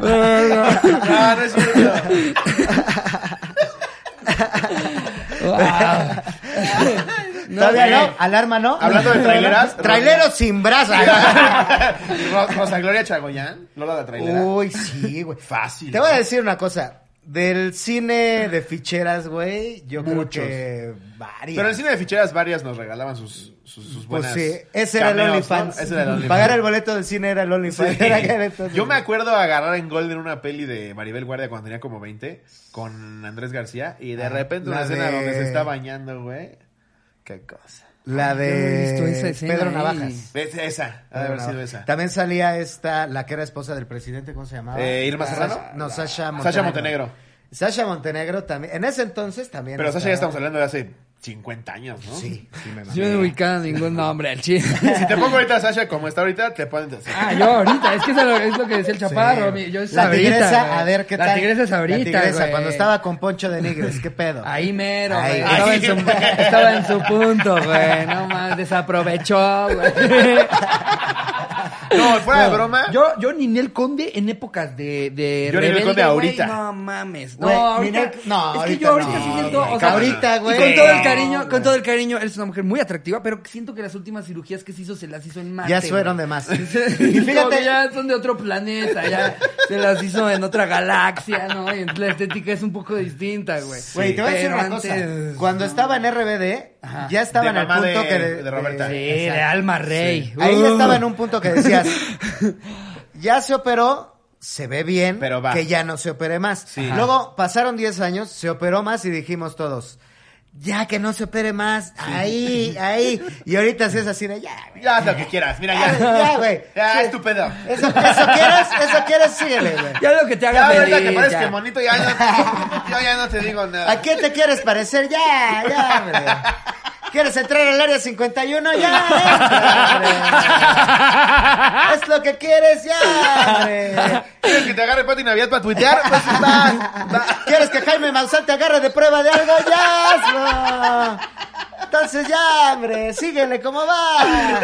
No, no es cierto.
Wow.
Todavía
güey.
no, alarma no.
Hablando de traileras.
Traileros sin brazos.
Ro- Rosa Gloria Chagoyán, Lola la trailera.
Uy, sí, güey.
Fácil.
Te voy a decir una cosa. Del cine de ficheras, güey, yo
Muchos.
creo que varias.
Pero en el cine de ficheras varias nos regalaban sus, sus, sus
Pues
buenas.
sí, ese era el
cameos, ¿no?
OnlyFans.
Ese era el OnlyFans.
Pagar el boleto del cine era el OnlyFans. Era aquel
Sí.
entonces.
Yo me acuerdo agarrar en Golden una peli de Maribel Guardia cuando tenía como 20 con Andrés García y de
Ah,
repente
la
una escena
de-
donde se está bañando, güey. Qué cosa.
La de
Yo no he visto esa escena
Pedro
ahí.
Navajas.
Es esa, ha de haber sido esa.
También salía esta, la que era esposa del presidente, ¿cómo se llamaba?
Eh, Irma
Ah,
Serrano.
Sasha- No, Sasha Montenegro.
Sasha Montenegro.
Sasha Montenegro también. En ese entonces también.
Pero Sasha ya
estaba-
estamos hablando de hace 50 años, ¿no?
Sí, sí me
Yo no he ubicado ningún nombre al chile.
Si te pongo ahorita a Sasha como está ahorita, te ponen así.
Ah, yo ahorita, es que eso es lo, es lo que decía el chaparro. mi- yo es
la
ahorita,
tigresa,
güey.
a ver qué tal.
La tigresa es ahorita.
La tigresa,
güey.
cuando estaba con Poncho de Nigres, qué pedo.
Ahí mero, güey.
Ahí,
Estaba,
ahí,
en su,
güey.
estaba en su punto, güey. No más, desaprovechó, güey.
No, fuera de broma.
Yo, yo ni Nel Conde en épocas de, de
Yo ni Nel
Rebelde,
Conde
güey,
ahorita.
No mames. No,
Güey,
ahorita.
Ninel- no,
es que
ahorita
yo ahorita
no,
sí siento.
güey.
o sea,
Ahorita,
y
güey.
Con todo el
No,
cariño, con
güey.
todo el cariño, él es una mujer muy atractiva, pero que siento que las últimas cirugías que se hizo se las hizo en mate.
Ya fueron
güey.
de más.
y
Y fíjate-
ya son de otro planeta, ya se las hizo en otra galaxia, ¿no? Y la estética es un poco distinta, güey.
Güey, te voy a decir
Pero
una cosa.
antes-
Cuando estaba en RBD,
Ajá.
ya estaba
De
en el
mamá
punto
de-
que.
de Roberta.
Sí,
de-
de
exacto.
Alma Rey.
Ahí ya
Uh.
estaba en un punto que decías. Ya se operó, se ve bien,
Pero va.
que ya no se opere más.
Sí.
Luego pasaron 10 años, se operó más y dijimos todos, ya que no se opere más, ahí, ahí. Y ahorita sí es así de, ya, güey.
Ya haz lo que quieras, mira,
Ya,
ya.
ya, güey.
Ya,
Sí.
estupendo.
Eso, eso quieres, eso quieres, síguele, güey.
Ya lo que te haga
Ya, ahorita
feliz,
que pareces
ya.
que monito, ya no, yo ya no te digo
¿A
nada.
quién te quieres parecer? Ya, ya, hombre. ¿Quieres entrar al área 51? Ya, hombre. Es lo que quieres, ya, hombre.
¿Quieres que te agarre Pati Navidad para tuitear? Pues va, va.
¿Quieres que Jaime Maussan te agarre de prueba de algo? ¡Ya! hazlo. Entonces ya, hombre, síguele como va.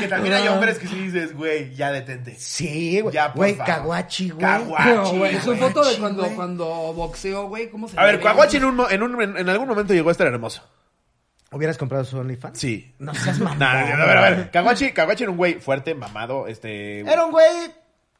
Que también hay hombres que sí dices, güey, ya detente.
Sí, güey.
Ya, por
Güey,
favor.
Caguachi, güey.
Caguachi.
Pero, güey, su
güey,
foto de
guachi,
cuando,
güey.
cuando boxeó, güey, ¿cómo se
A ver,
ve?
Cuaguachi en, un, mo- en, un, en, en algún momento llegó a estar hermoso.
¿Hubieras comprado su OnlyFans?
Sí.
No seas mamón.
No, no, no, a ver, a ver. Caguachi, Caguachi era un güey fuerte, mamado, este...
Era un güey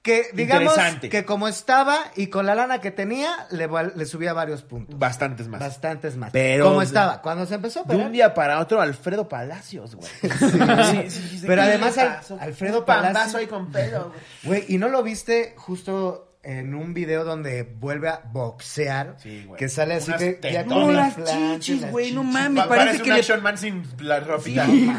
que, digamos,
Interesante.
que como estaba y con la lana que tenía, le, val- le subía varios puntos.
Bastantes más.
Bastantes más.
Pero-
Como estaba, cuando se empezó a
De
operar.
un día para otro, Alfredo Palacios, güey. Sí, sí, sí, sí.
Pero
¿Qué
además,
le
al-
pasó?
Alfredo
Un pambazo
Palacios-
ahí con pelo, güey.
Güey, ¿y no lo viste justo en un video donde vuelve a boxear?
Sí, güey.
Que sale así
Unas
que ya
tetonas.
No,
la
las
plancha,
chichis,
las
güey, no
chichis.
mames,
Pa-
parece
parece
que
un
le...
action man sin la ropita.
Sí,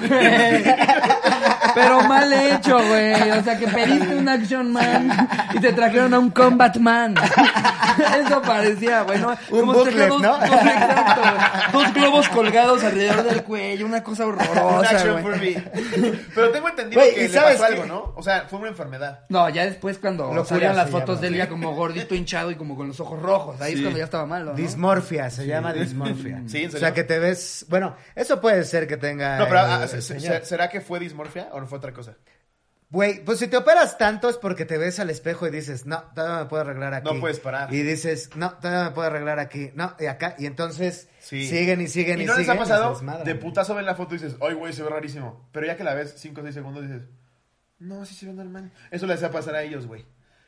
Pero mal hecho, güey. O sea, que pediste un Action Man y te trajeron a un Combat Man. Eso parecía, güey. ¿no?
Un
Como si
booklet,
trajeron
¿no?
Dos, dos- exacto, güey. Dos globos colgados alrededor del cuello, una cosa
Un
horrorosa,
action
güey.
furby. Pero tengo entendido
Güey,
que
¿y
le
sabes
pasó
qué?
algo, ¿no? O sea, fue una enfermedad.
No, ya después cuando
Locura
salieron las
se
fotos
llama,
de él ya como gordito, hinchado y como con los ojos rojos. Ahí es cuando ya estaba malo, ¿no?
Dismorfia, se llama dismorfia.
Sí, ¿en
O sea,
serio?
que te ves... Bueno, eso puede ser que tenga...
No, pero
el-
ah,
el
se- se-
señor.
¿será que fue dismorfia o no fue otra cosa?
Güey, pues si te operas tanto es porque te ves al espejo y dices, no, todavía me puedo arreglar aquí.
No puedes parar.
Y dices, no, todavía me puedo arreglar aquí. No, y acá. Y entonces
Sí.
siguen y siguen y,
¿Y no les
siguen
ha
y se
pasado?
desmadran.
De putazo ven la foto y dices, ay, güey, se ve rarísimo. Pero ya que la ves 5 o 6 segundos dices, no, sí se ve normal. Eso les ha pasar a ellos, güey.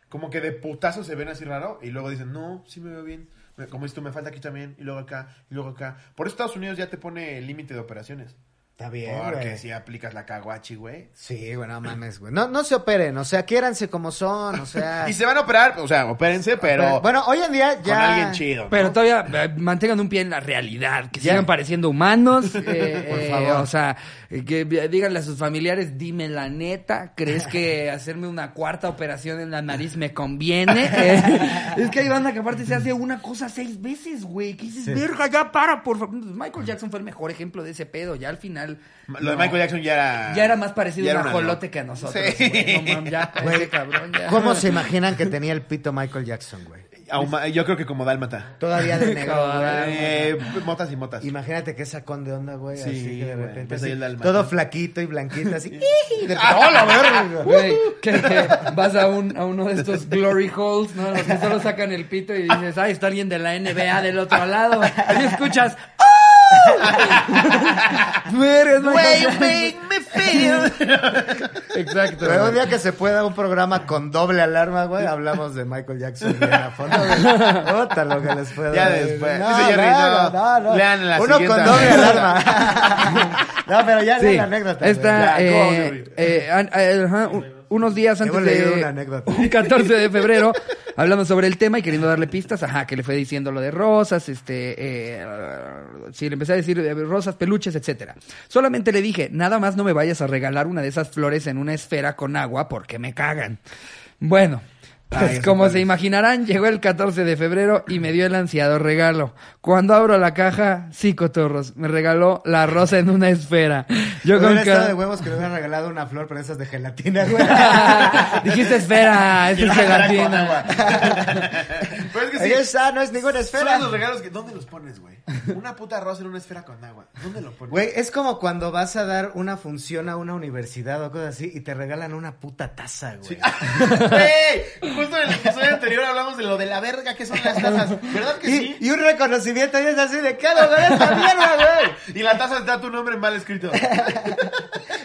Como que de putazo se ven así raro y luego dicen, no, sí me veo bien. Me- Como dices tú, me falta aquí también, y luego acá, y luego acá. Por eso Estados Unidos ya te pone el límite de operaciones.
Está bien,
Porque
güey.
si aplicas la caguachi, güey.
Sí, güey, no mames, güey. No, no se operen, o sea, quiéranse como son, o sea...
Y se van a operar, o sea, opérense, pero,
Bueno, hoy en día
con
ya...
alguien chido. ¿no?
Pero todavía eh, mantengan un pie en la realidad, que sigan pareciendo humanos. eh, eh,
favor.
O sea, eh, que vi- díganle a sus familiares, dime la neta, ¿crees que hacerme una cuarta operación en la nariz me conviene? Eh, es que hay banda que aparte se hace una cosa seis veces, güey. Que dices, verga, ya para, por favor. Michael Jackson fue el mejor ejemplo de ese pedo. Ya al final...
Lo de
no.
Michael Jackson ya era...
Ya era más parecido
ya
a un
era una-
ajolote que a nosotros.
Sí.
güey. No, mam, ya,
Güey,
ese cabrón, ya.
¿Cómo se imaginan que tenía el pito Michael Jackson, güey?
Ahuma- Yo creo que como Dálmata.
Todavía de negro, güey.
Eh, motas y motas.
Imagínate qué sacón de onda, güey.
Sí,
así que de
güey,
repente.
ves ahí
así,
el alma.
todo flaquito y blanquito, así. ¡iji! De, ¡Hola, verga!
Güey, que, que vas a, un, a uno de estos glory holes, ¿no? Los que solo sacan el pito y dices, ay, está alguien de la NBA del otro lado. Y escuchas, ¡Oh! Verga, no hay cosa- Exacto.
Pero un
güey.
día que se pueda un programa con doble alarma, güey, hablamos de Michael Jackson bien a fondo, güey. Puta, lo que les puedo
Ya
decir.
después.
No,
Dice Jerry,
claro,
no.
no, no.
Lean la
Uno con
siguiente
doble
anécdota.
alarma. no, pero ya lean
Sí,
la anécdota. güey.
esta,
Ya, ¿cómo vamos a
eh,
abrir?
eh, an- eh, ajá, un- unos días
Hemos
antes
leído
de
una anécdota.
un 14 de febrero, hablando sobre el tema y queriendo darle pistas, ajá, que le fue diciendo lo de rosas, este, eh, sí, le empecé a decir eh, rosas, peluches, etcétera. Solamente le dije, nada más no me vayas a regalar una de esas flores en una esfera con agua porque me cagan. Bueno.
Ay,
Ah,
Pues
eso
como
parece.
se imaginarán, llegó el 14 de febrero y me dio el ansiado regalo. Cuando abro la caja, sí, cotorros, me regaló la rosa en una esfera. Yo con
Hubiera estado
cara-
de huevos que le hubieran regalado una flor, pero esas de gelatina, güey.
Dijiste esfera, es
Y
el
no me dará con
gelatina.
agua. Pero es que
Ahí
sí.
está, no es ninguna
Son
esfera.
esos regalos que ¿dónde los pones, güey? Una puta rosa en una esfera con agua. ¿Dónde lo pones?
Güey, es como cuando vas a dar una función a una universidad o cosas así y te regalan una puta taza, güey.
Ah, Güey, justo en el episodio anterior hablamos de lo de la verga que son las tazas. ¿Verdad que
Y,
sí?
y un reconocimiento y es así de qué hago con esta mierda, güey.
Y la taza está tu nombre mal escrito.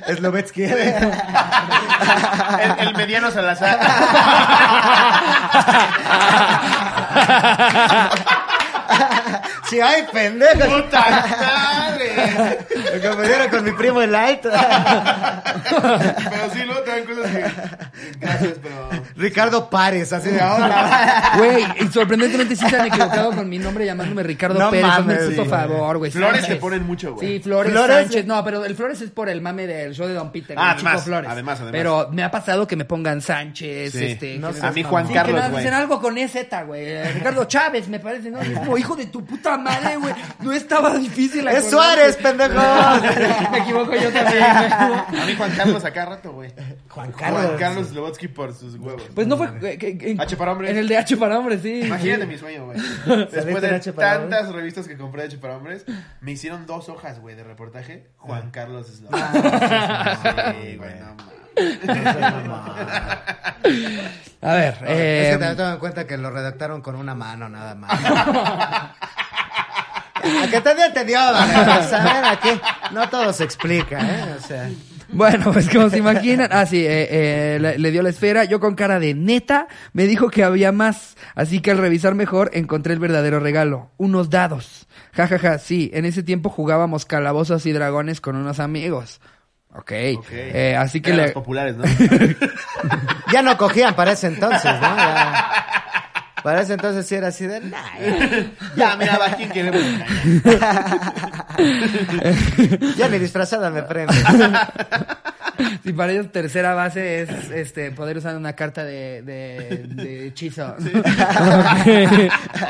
Slovetsky.
El, el mediano Salazar.
Sí, ay, pendejo.
¡Puta madre!
Me confundieron con mi primo el alto.
Pero sí, luego te dan cosas que. Gracias, pero.
Ricardo Párez, así de ahora.
Güey, y sorprendentemente sí se han equivocado con mi nombre llamándome Ricardo
No
Pérez. Hazme
mames,
el puto
sí.
favor, güey.
Flores
Sánchez.
se ponen mucho, güey.
Sí, Flores,
Flores,
Sánchez. No, pero el Flores es por el mame del show de Don Peter.
Ah,
el Chico
además,
Flores.
además, además.
Pero me ha pasado que me pongan Sánchez,
Sí.
este.
No
que me
seas
pongan-
mamón. Juan
Sí,
Carlos,
que nada,
güey.
dicen algo con EZ, güey. Eh, Ricardo Chávez, me parece, ¿no? Es como hijo de tu puta madre, güey. No estaba difícil.
¡Es
acordarte.
Suárez, pendejo!
me equivoco yo también, güey.
A mí Juan Carlos acá rato, güey.
Juan
Juan Carlos Slobotsky por sus huevos.
Pues no fue. que- que- en-
H para hombres.
En el de H para hombres, sí.
Imagínate mi sueño, güey. Después
Saliste en
de
H para
tantas revistas que compré de H para hombres, me hicieron dos hojas, güey, de reportaje. Juan Carlos Slobodsky. sí, güey, no mames.
A ver, eh.
es que también tomen en cuenta que lo redactaron con una mano nada más. ¿A que te dio, te dio, vale. O sea, a ver, aquí no todo se explica, ¿eh? O sea,
Bueno, pues como se imaginan, ah, sí, eh, eh, le, le dio la esfera, yo con cara de neta me dijo que había más, así que al revisar mejor encontré el verdadero regalo, unos dados. Ja, ja, ja, sí, en ese tiempo jugábamos calabozos y dragones con unos amigos. Ok,
Ok.
eh, así que
Eran
le...
los populares, ¿no?
ya no cogían para ese entonces, ¿no? Ya- para ese entonces sí era así de... "Nah, ya,
ya, mira, va, ¿quién quiere?
ya ni disfrazada me prendo.
Si para ellos tercera base es este poder usar una carta de, de, de hechizo.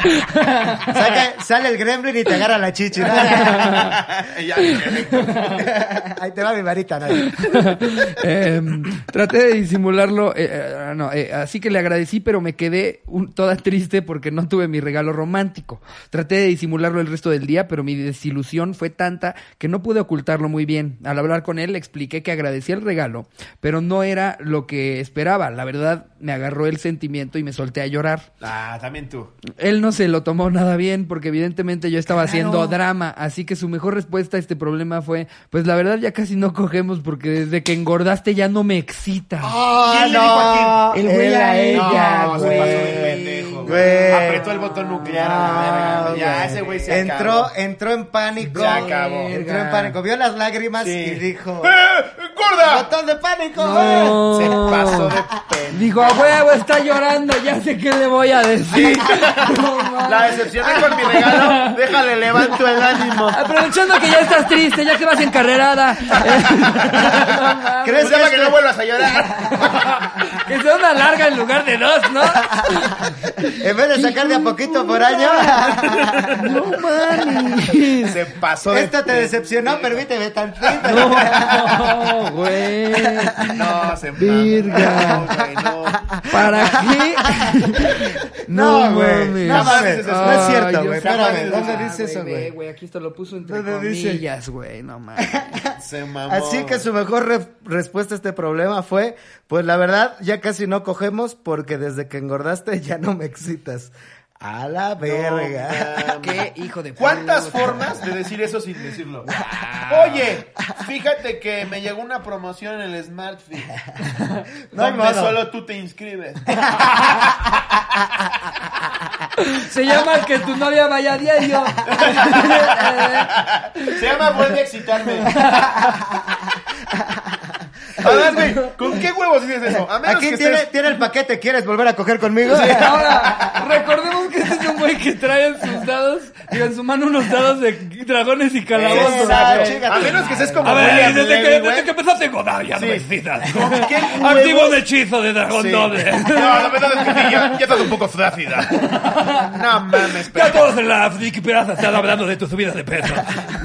Ok.
Saca- sale el gremlin y te agarra la chichi. ¿no?
Ella, perfecto.
Ahí te va mi varita, ¿no?
Em, traté de disimularlo, eh, eh, no, eh, así que le agradecí, pero me quedé un- toda triste porque no tuve mi regalo romántico. Traté de disimularlo el resto del día, pero mi desilusión fue tanta que no pude ocultarlo muy bien. Al hablar con él, le expliqué que agradecía el regalo, pero no era lo que esperaba. La verdad, me agarró el sentimiento y me solté a llorar.
Ah, también tú.
Él no se lo tomó nada bien porque evidentemente yo estaba haciendo drama, así que su mejor respuesta a este problema fue, pues la verdad ya casi no cogemos porque desde que engordaste ya no me excita.
¿Quién le dijo a
quién? Ah, El güey a ella,
No,
No,
se
güey.
pasó de pendejo,
Güey.
güey. Apretó el botón nuclear a la
No,
verga. Ya, ese güey se
entró,
acabó.
entró en pánico.
Se acabó.
Entró en pánico. Vio las lágrimas
Sí.
y dijo:
¡Eh, gorda!
¡Botón de pánico! ¡Eh! güey!
No.
Se pasó de pendejo.
Dijo, a huevo, está llorando, ya sé qué le voy a decir. No mames.
La decepcioné con mi regalo. Déjale, levanto el ánimo.
Aprovechando que ya estás triste, ya que vas encarrerada. No mames.
¿Crees
¿Crees
que
que,
este-
no vuelvas a llorar?
que sea una larga en lugar de dos, ¿no?
En vez de sacar de a poquito por año,
No mames.
Se pasó de
esto Este te decepcionó, permíteme tantito.
No, güey.
No, se
Virga.
No, güey, no.
¿Para qué?
No, güey. No mames, no es
Ay,
cierto,
Dios
güey.
mío.
Espérame, ¿dónde
Ah,
dice eso,
ve,
güey?
güey? Aquí esto lo puso entre
¿Dónde dice?
comillas, güey. No mames.
Se mamó.
Así que su mejor re- respuesta a este problema fue: Pues la verdad, ya casi no cogemos porque desde que engordaste ya no me excitas. A la verga.
No,
Qué hijo de
¿Cuántas
puta.
formas de decir eso sin decirlo? Oye, fíjate que me llegó una promoción en el Smartfit.
No,
donde
no, no.
solo tú te inscribes.
Se llama que tu novia vaya a diario.
Se llama Vuelve a excitarme. Además, güey, ¿con qué huevos dices eso? A menos
Aquí
que
tiene,
estés-
tiene el paquete, ¿quieres volver a coger conmigo?
Ahora, recordemos que este es un güey que trae en sus dados, digo, en su mano unos dados de dragones y calabozos.
Exacto,
güey.
chica.
A menos que seas como
A ver,
William
desde que, este
Levy, güey.
desde que empezaste con ah, ya no
Sí.
me excitas.
¿Con qué
Activo
huevos?
un hechizo de dragón
Sí.
doble.
No, la verdad es que sí, ya, ya estás un poco flácida. No mames, pero.
Ya todos en la frikipedaza están hablando de tu subida de peso.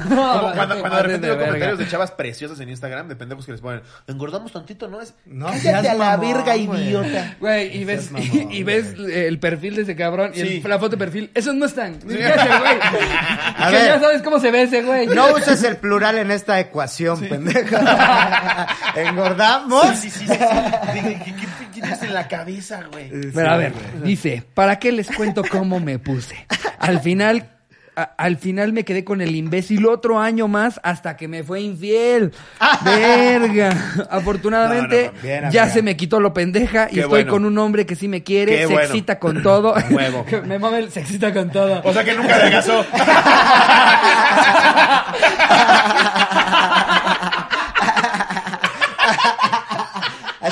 Como cuando, cuando de repente veo comentarios de chavas preciosas en Instagram, de pendejos que les ponen, engordamos tantito, ¿no? Es,
No,
cállate
seas
a la
mamón,
verga,
güey.
idiota.
Güey, y ves, y, y ves el perfil de ese cabrón y el-
Sí.
la foto de perfil. Eso no es tan. ¿Qué hace, güey? Que
ver.
ya sabes cómo se ve ese güey.
No uses el plural en esta ecuación, pendejo. Engordamos.
Sí, sí, sí, sí, sí. Digo, ¿Qué, qué, qué tienes en la cabeza, güey?
Pero a ver, dice, ¿para qué les cuento cómo me puse? Al final, a- al final me quedé con el imbécil otro año más hasta que me fue infiel. Verga. Afortunadamente,
No, no, no. Bien,
ya
amiga.
se me quitó lo pendeja y
Qué
estoy
bueno.
con un hombre que sí me quiere,
Qué
se
bueno.
excita con todo.
Huevo.
Que me mame el se excita con todo.
O sea que nunca adelgazó.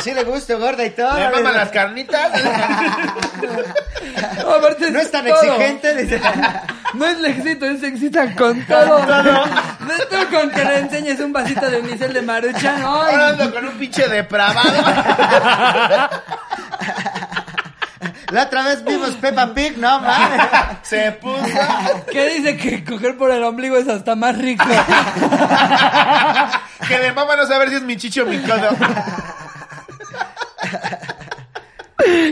tiene gusto, gorda y todo.
¿Le maman las carnitas?
No, aparte
No es tan
todo.
exigente, dice.
No es lexito, es sexista con todo. No es tú con que le enseñes un vasito de unicel de maruchan.
Ahora
¡Ay!
ando con un pinche depravado.
La otra vez vimos Peppa Pig, no mames.
Se puso.
¿Qué dice que coger por el ombligo es hasta más rico?
Que de mamá no saber si es mi chicho o mi codo.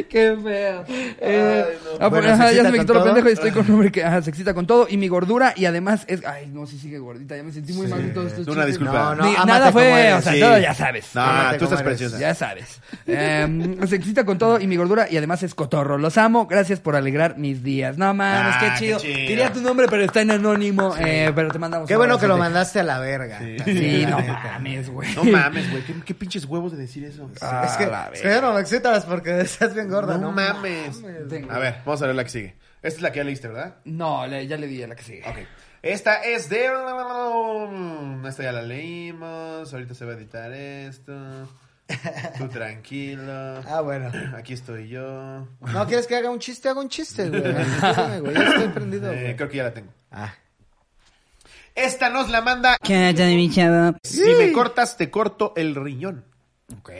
Qué feo. Eh, ah,
Bueno,
pues, ajá,
¿se
ya
excita
se me
con
quitó lo
todo?
pendejo y estoy con un hombre que ajá, se excita con todo. Y mi gordura, y además es. Ay, no, sí sigue gordita. Ya me sentí muy mal en todos estos
Una
chistes.
disculpa.
No,
Ni-
ámate
nada
como
fue,
eres,
o sea,
sí.
todo ya sabes.
No,
Ámate
tú
como
estás
eres.
preciosa.
Ya sabes. Eh, se excita con todo y mi gordura y además es cotorro. Los amo. Gracias por alegrar mis días. No mames,
Ah,
qué,
qué
chido.
chido.
Diría tu nombre, pero está en anónimo. Eh, pero te mandamos.
Qué
un
bueno que lo
abrazote.
mandaste a la verga.
Sí,
la
no
neta.
mames, güey.
No mames, güey. ¿Qué, qué pinches huevos de decir eso.
Ah,
Es que,
la verga.
es que ya no me excitas porque estás bien gorda,
No,
¿no?
mames. A ver, vamos a ver la que sigue. Esta es la que ya leíste, ¿verdad?
No, le- ya le di a la que sigue.
Ok. Esta es de. Esta ya la leímos. Ahorita se va a editar esto. Tú tranquilo.
Ah, bueno.
Aquí estoy yo.
¿No quieres que haga un chiste? Hago un chiste, güey. Discúlpame, güey. Ya estoy prendido,
Eh,
güey.
creo que ya la tengo.
Ah.
Esta nos la manda.
¿Qué onda, mi chavo?
Si me cortas, te corto el riñón.
Ok.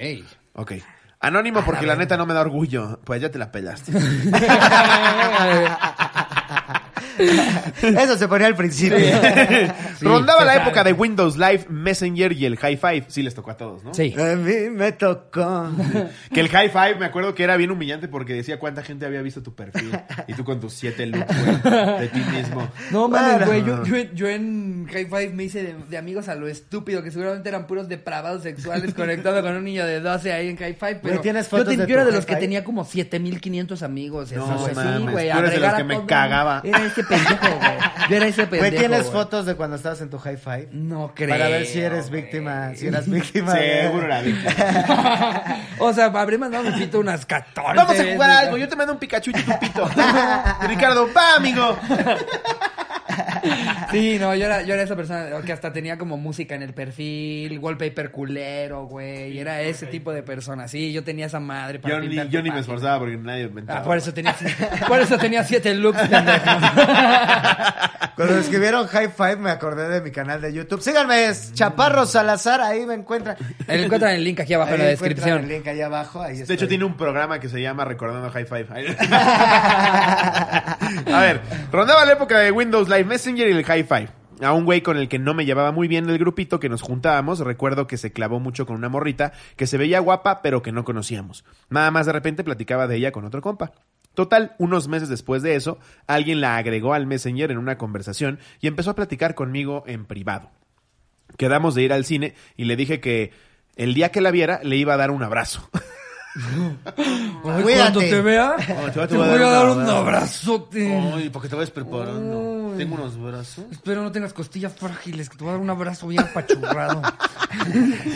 Ok. Anónimo porque la neta no me da orgullo. Pues ya te la pelaste.
Eso se ponía al principio.
Rondaba la
total.
época de Windows Live, Messenger y el High Five. Sí les tocó a todos, ¿no?
Sí.
A mí me tocó.
Que el High Five me acuerdo que era bien humillante porque decía cuánta gente había visto tu perfil y tú con tus siete looks güey, de ti mismo.
No mames,
Bueno.
güey. Yo, yo, yo en High Five me hice de, de amigos a lo estúpido, que seguramente eran puros depravados sexuales conectado con un niño de 12 ahí en High Five. Pero
Güey, ¿tienes
yo,
fotos de
yo era
tu
de los
Hi-Fi?
que tenía como 7500 amigos. Eso,
No
güey. Sí,
mames,
güey.
tú eres de los
agregar a
que me
todo-
cagaba.
Era ese pendejo, güey. Yo era ese pendejo.
Güey, ¿tienes
güey.
fotos de cuando estabas en tu hi-fi?
No creo.
Para ver si eres
güey.
víctima, si eras víctima. de-
Seguro la vi.
o sea, habré mandado un pito unas 14.
Vamos a
veces,
jugar algo.
güey.
Yo te mando un Pikachu y tú un pito. Ricardo, va, amigo.
Sí, no, yo era, yo era esa persona que hasta tenía como música en el perfil, wallpaper culero, güey. Era ese tipo de persona. Sí, yo tenía esa madre para
Yo ni,
pintar tu
yo ni me
página.
esforzaba porque nadie me
Ah,
entraba.
por eso tenía por eso tenía siete looks pendejo.
Cuando escribieron High Five me acordé de mi canal de YouTube. Síganme, es Chaparro Salazar, ahí me encuentran.
Encuentran el link aquí abajo en la
Ahí encuentran El
descripción.
link allá abajo. Ahí
De hecho, tiene un programa que se llama Recordando High Five. A ver, rondaba la época de Windows Live Messenger y el High Five. A un güey con el que no me llevaba muy bien el grupito que nos juntábamos, recuerdo que se clavó mucho con una morrita que se veía guapa pero que no conocíamos. Nada más de repente platicaba de ella con otro compa. Total, unos meses después de eso, alguien la agregó al Messenger en una conversación y empezó a platicar conmigo en privado. Quedamos de ir al cine y le dije que el día que la viera le iba a dar un abrazo.
Ay,
Cuídate.
Cuando te vea,
Oh, te
te voy a dar un abrazote.
Ay, porque te vayas preparando. Tengo unos brazos.
Espero no tengas costillas frágiles, que te voy a dar un abrazo bien apachurrado.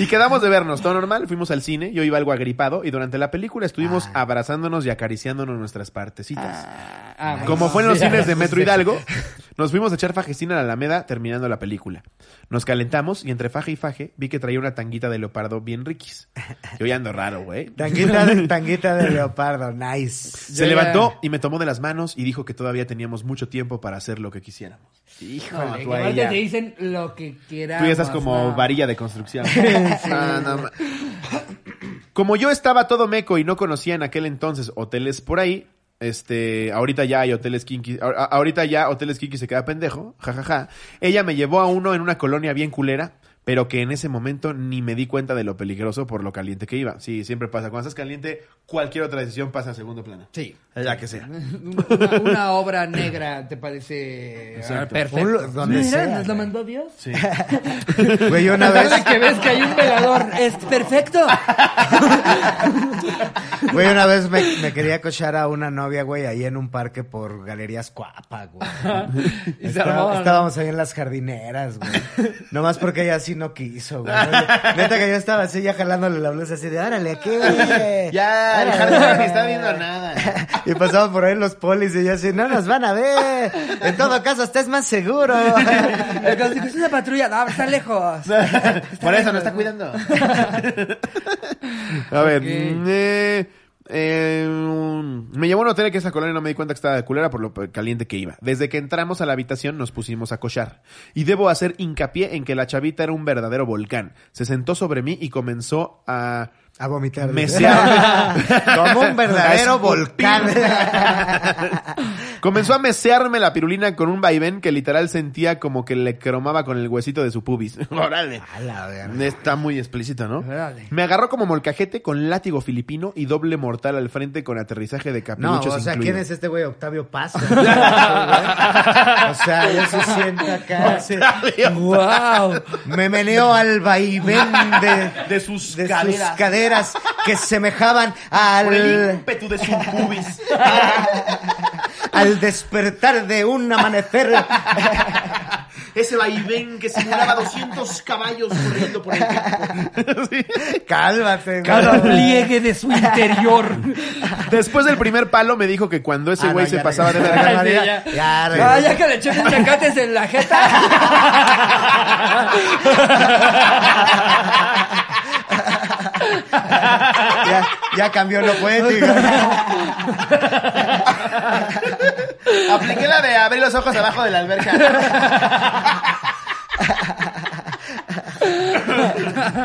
Y quedamos de vernos, todo normal. Fuimos al cine, yo iba algo agripado y durante la película estuvimos abrazándonos y acariciándonos nuestras partecitas.
Ah,
Como
bueno,
fue en los
sí,
cines de
sí,
Metro
sí.
Hidalgo, nos fuimos a echar fajecina a la Alameda terminando la película. Nos calentamos y entre faje y faje vi que traía una tanguita de leopardo bien riquis. Yo ya ando raro, güey.
Tanguita de, tanguita de leopardo, nice.
Se
Yo ya-
levantó y me tomó de las manos y dijo que todavía teníamos mucho tiempo para hacer lo que quisiéramos.
Híjole,
No, tú
que
ahí
aparte
ya.
te dicen lo que quieras.
Tú ya estás como varilla de construcción. Ah, no ma- como yo estaba todo meco y no conocía en aquel entonces hoteles por ahí, este, ahorita ya hay hoteles kinky, a- a- ahorita ya hoteles kinky se queda pendejo, jajaja. Ella me llevó a uno en una colonia bien culera, pero que en ese momento ni me di cuenta de lo peligroso por lo caliente que iba. Sí, siempre pasa. Cuando estás caliente, cualquier otra decisión pasa a segundo plano.
Sí.
La que sea.
Una, una obra negra te parece ah,
Exacto.
perfecto.
Un- donde
Mira,
sea,
nos lo
güey.
mandó Dios.
Sí.
Güey, yo una vez,
Cada que ves que hay un velador, es perfecto.
güey, una vez me, me quería cochar a una novia, güey, ahí en un parque por Galerías Cuapa, güey.
Y se
Estaba-
armó, ¿no?
estábamos ahí en las jardineras, güey. Nomás porque ella sí no quiso, güey. Neta que yo estaba así ya jalándole la blusa así de, órale, aquí. güey.
Ya,
Órale.
Alejandro ni está viendo nada.
Y pasamos por ahí los polis y yo así, no nos van a ver. En todo caso, estés más seguro.
La constitución de patrulla, no, está lejos.
Por eso no está cuidando. A ver.
Ok.
eh, eh, mm, me llamó a un hotel que esa colonia no me di cuenta que estaba de culera por lo caliente que iba. Desde que entramos a la habitación nos pusimos a cochar. Y debo hacer hincapié en que la chavita era un verdadero volcán. Se sentó sobre mí y comenzó a
A vomitar.
mesearme.
Como un
A
verdadero
escupir.
volcán.
Comenzó a mesearme la pirulina con un vaivén que literal sentía como que le cromaba con el huesito de su pubis. Órale.
A la verga.
Está muy explícito, ¿no?
Órale.
Me agarró como molcajete con látigo filipino y doble mortal al frente con aterrizaje de
No,
capiluchos
o sea,
incluido.
¿quién es este güey? Octavio Paz. o sea, yo sí siento acá. así,
¡Wow!
Me meneó al vaivén de,
De sus
de
caderas.
caderas que semejaban
Por el
al,
ímpetu de su pubis.
al despertar de un amanecer.
Ese vaivén que simulaba 200 caballos corriendo por el campo.
Cálmate, güey.
Cada pliegue de su interior.
Después del primer palo me dijo que cuando ese
Ah,
güey
no,
se
ya
pasaba de
regresó.
verga...
María.
Ya, ya regresó.
Ah, ya que le echó sus chacates en la jeta.
Ya, ya cambió lo poético.
Apliqué la de abrir los ojos abajo de la alberca.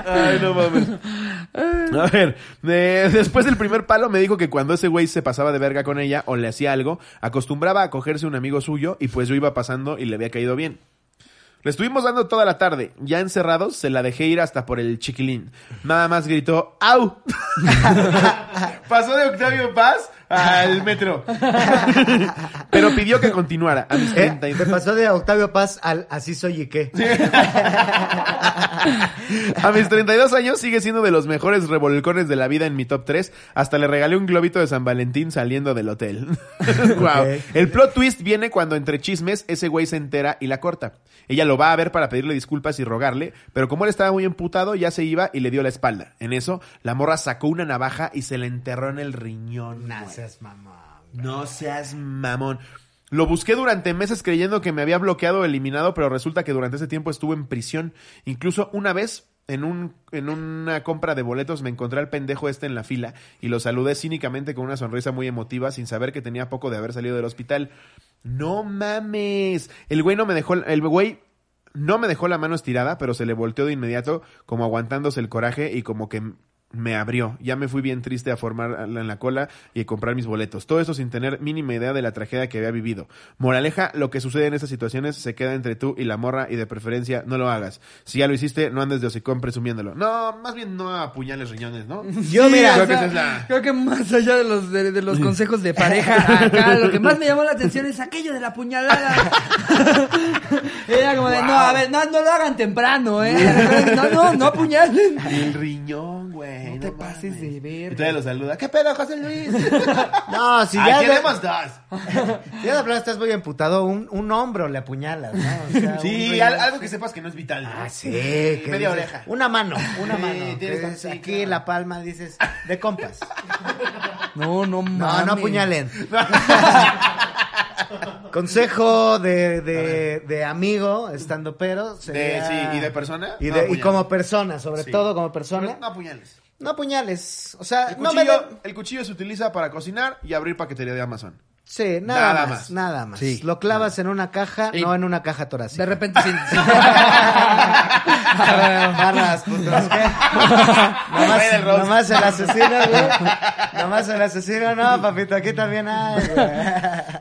Ay, no mames. A ver, eh, después del primer palo me dijo que cuando ese güey se pasaba de verga con ella o le hacía algo, acostumbraba a cogerse un amigo suyo y pues yo iba pasando y le había caído bien. Le estuvimos dando toda la tarde. Ya encerrados, se la dejé ir hasta por el chiquilín. Nada más gritó ¡Au! Pasó de Octavio Paz al metro. Pero pidió que continuara. A mis
Eh,
30 y-
te pasó de Octavio Paz al así soy y qué.
A mis 32 años sigue siendo de los mejores revolcones de la vida en mi top 3. Hasta le regalé un globito de San Valentín saliendo del hotel. wow.
Ok.
El plot twist viene cuando entre chismes ese güey se entera y la corta. Ella lo va a ver para pedirle disculpas y rogarle, pero como él estaba muy emputado ya se iba y le dio la espalda. En eso, la morra sacó una navaja y se le enterró en el riñón.
No
güey.
seas mamón.
No seas mamón. Lo busqué durante meses creyendo que me había bloqueado o eliminado, pero resulta que durante ese tiempo estuve en prisión. Incluso una vez, en, un, en una compra de boletos, me encontré al pendejo este en la fila y lo saludé cínicamente con una sonrisa muy emotiva, sin saber que tenía poco de haber salido del hospital. No mames. El güey no me dejó. El güey no me dejó la mano estirada, pero se le volteó de inmediato, como aguantándose el coraje y como que m- me abrió. Ya me fui bien triste a formarla en la cola y a comprar mis boletos. Todo eso sin tener mínima idea de la tragedia que había vivido. Moraleja, lo que sucede en estas situaciones se queda entre tú y la morra y de preferencia no lo hagas. Si ya lo hiciste, no andes de hocicón presumiéndolo. No, más bien no apuñales riñones, ¿no?
Yo, mira,
creo
o
que esa
sea,
es la-
creo que más allá de los, de, de los consejos de pareja, acá lo que más me llamó la atención es aquello de la puñalada. Era como de, no, a ver, no, no lo hagan temprano, ¿eh? No, no, no apuñalen.
El riñón, güey.
No te pases de verga.
Y todavía lo saluda. ¿Qué pedo, José Luis?
no, si ya,
Aquí
de,
tenemos dos.
ya de plano estás muy emputado, un, un hombro le apuñalas, ¿no? O sea, un
Sí,
riñón.
al- algo que sepas que no es vital. ¿no?
Ah, sí. que
Media
dices,
oreja.
Una mano, una
Sí,
mano. que
tienes
dices,
razón, sí,
aquí
claro.
la palma dices, de compas.
No, no,
No,
mames.
no apuñalen. Consejo de, de, de amigo, estando pero.
De,
sería-
sí, y de persona.
Y,
no
de- y
apuñales.
como persona, sobre
Sí.
todo como persona.
Pero No apuñales.
No apuñales. O sea,
El
no me
cuchillo,
den-
el cuchillo se utiliza para cocinar y abrir paquetería de Amazon.
Sí, nada,
Nada
más,
más.
Nada más.
Sí.
Lo clavas en una caja,
Y-
no en una caja torácica.
De repente sí. sí.
Barras, putos, ¿qué?
Rey
Nomás,
del roast.
nomás el asesino, güey. Nomás el asesino, no, papito, aquí también hay, güey.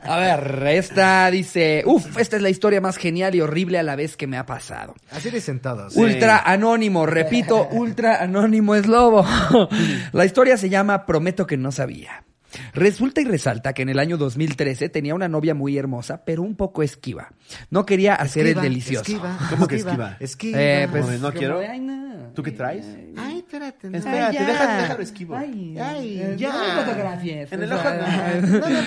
A ver, esta dice, uf, esta es la historia más genial y horrible a la vez que me ha pasado.
Así dicen todos.
Ultra anónimo, repito, ultra anónimo es lobo. La historia se llama Prometo que no sabía. Resulta y resalta que en el año 2013 tenía una novia muy hermosa, pero un poco esquiva. No quería hacer el delicioso.
Esquiva,
¿Cómo que
esquiva?
esquiva?
Esquiva.
Eh, pues,
Como de, no
como
quiero.
de, "Ay, no". eh,
¿Tú qué traes?
Ay, espérate,
Espérate,
no, espérate,
ya.
déjalo, déjalo esquivo.
Ay,
Ay,
eh,
ya.
no me fotografies,
En el
o
ojo,
sea.
no, no me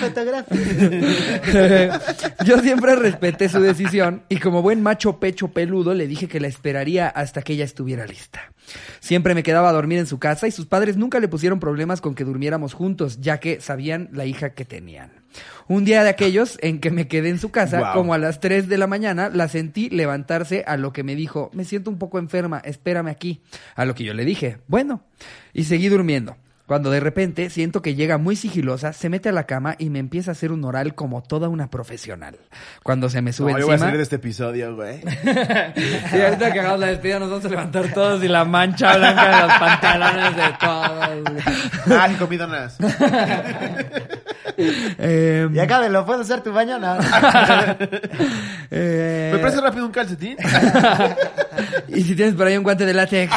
fotografies.
Yo siempre respeté su decisión y como buen macho pecho peludo le dije que la esperaría hasta que ella estuviera lista. Siempre me quedaba a dormir en su casa y sus padres nunca le pusieron problemas con que durmiéramos juntos, ya que sabían la hija que tenían. Un día de aquellos en que me quedé en su casa,
Guau.
como a las 3 de la mañana, la sentí levantarse a lo que me dijo, me siento un poco enferma, espérame aquí. A lo que yo le dije, bueno, y seguí durmiendo. Cuando de repente siento que llega muy sigilosa, se mete a la cama y me empieza a hacer un oral como toda una profesional. Cuando se me sube
No, yo voy a
encima...
salir de este episodio, güey.
Sí, ahorita que hagamos la despedida nos vamos a levantar todos y la mancha blanca de los pantalones de todos.
Ah, sí, comí donas.
Eh,
y acá de lo puedo hacer tu baño, no.
eh,
¿Me prestas rápido un calcetín?
y si tienes por ahí un guante de látex.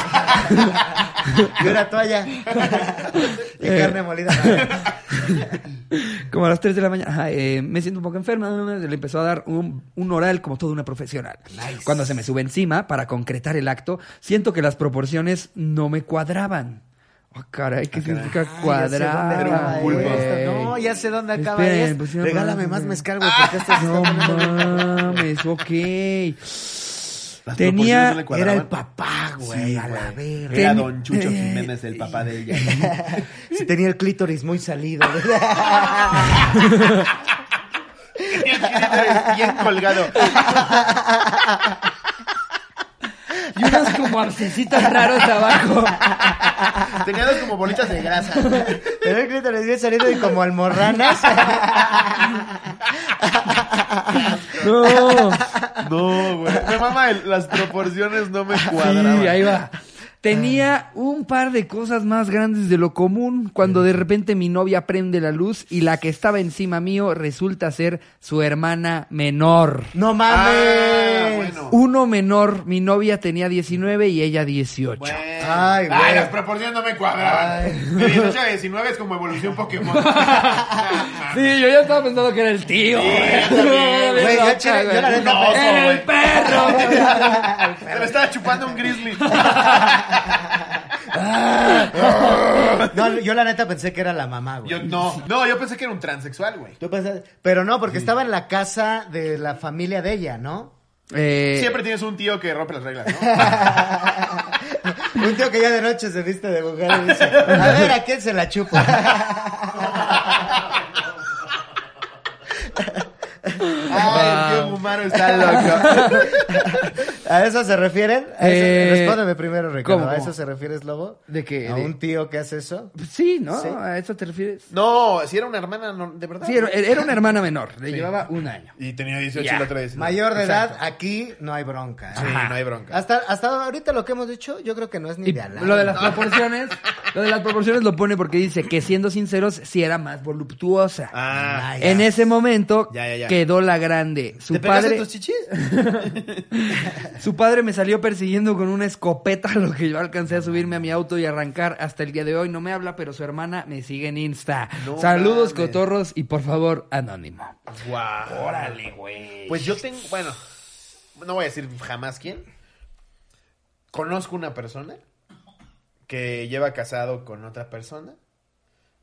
Y una toalla. y carne molida.
Como a las 3 de la mañana, ajá, eh, me siento un poco enferma, le empezó a dar un, un oral como toda una profesional. Cuando se me sube encima para concretar el acto, siento que las proporciones no me cuadraban. Ah, caray, ¿qué significa
Ah,
cuadrar?
ya sé dónde acaba
Era un pulpo.
esto. No, ya sé dónde acaba
Esperen,
esto.
pues, sí,
Regálame
mames.
más mezcal, güey, porque esto se
No
está poniendo-
mames, ok.
Las
Tenía-
proporciones no le
Era
cuadraban.
el papá, güey,
Sí,
a la
güey.
verga.
Era
Ten-
don Chucho Jiménez, el papá de ella.
Sí, tenía el clítoris muy salido.
Bien colgado.
Y unas como abscisitas raros abajo.
Tenía dos como bolitas de grasa.
tenía el clítoris bien salido y como almorranas.
No.
No, güey. Me mama, el- las proporciones no me cuadraban.
Sí, ahí va. Tenía un par de cosas más grandes de lo común cuando de repente mi novia prende la luz y la que estaba encima mío resulta ser su hermana menor.
¡No
Ah,
mames!
bueno.
Uno menor, mi novia tenía 19 y ella 18.
Bueno.
Ay, güey.
las proporciones no me cuadraban. De 18 a 19 es como evolución Pokémon.
Sí, yo ya estaba pensando que era el tío.
Güey, yo chile- yo la neta
Un oso,
Era el
güey.
perro.
Se me estaba chupando un grizzly.
No, yo la neta pensé que era la mamá, güey.
Yo no. No, yo pensé que era un transexual, güey.
Tú pensas- Pero no, porque estaba en la casa de la familia de ella, ¿no?
Eh,
Siempre tienes un tío que rompe las reglas, ¿no?
Un tío que ya de noche se viste de mujer y dice, a ver, ¿a quién se la chupo?
Ay, el tío Gumaro está loco.
¿A eso se refieren? ¿A eso-
Eh,
Respóndeme primero, Ricardo.
¿cómo?
¿A eso se refieres, Lobo?
¿De qué?
¿A
De-
un tío que hace eso?
Sí, ¿no?
Sí.
¿A eso te refieres?
No, si era una hermana, no, de verdad.
Sí, era, era una hermana menor. Le llevaba un año.
Y tenía 18
Ya.
la otra vez.
Mayor de edad, aquí no hay bronca. ¿eh?
Sí, no hay bronca.
Hasta, hasta ahorita lo que hemos dicho, yo creo que no es ni
Y
de alarma.
lo de las proporciones, lo de las proporciones lo pone porque dice que siendo sinceros, sí era más voluptuosa.
Ah,
Ay,
en ese momento
Ya, ya, ya.
quedó la grande. Su
¿te pegaste
padre,
tus chichis?
su padre me salió persiguiendo con una escopeta, lo que yo alcancé a subirme a mi auto y arrancar. Hasta el día de hoy no me habla, pero su hermana me sigue en Insta.
No
Saludos,
mames.
cotorros, y por favor, anónimo.
Guau. Órale, güey. Pues yo tengo, bueno, no voy a decir jamás quién. Conozco una persona que lleva casado con otra persona,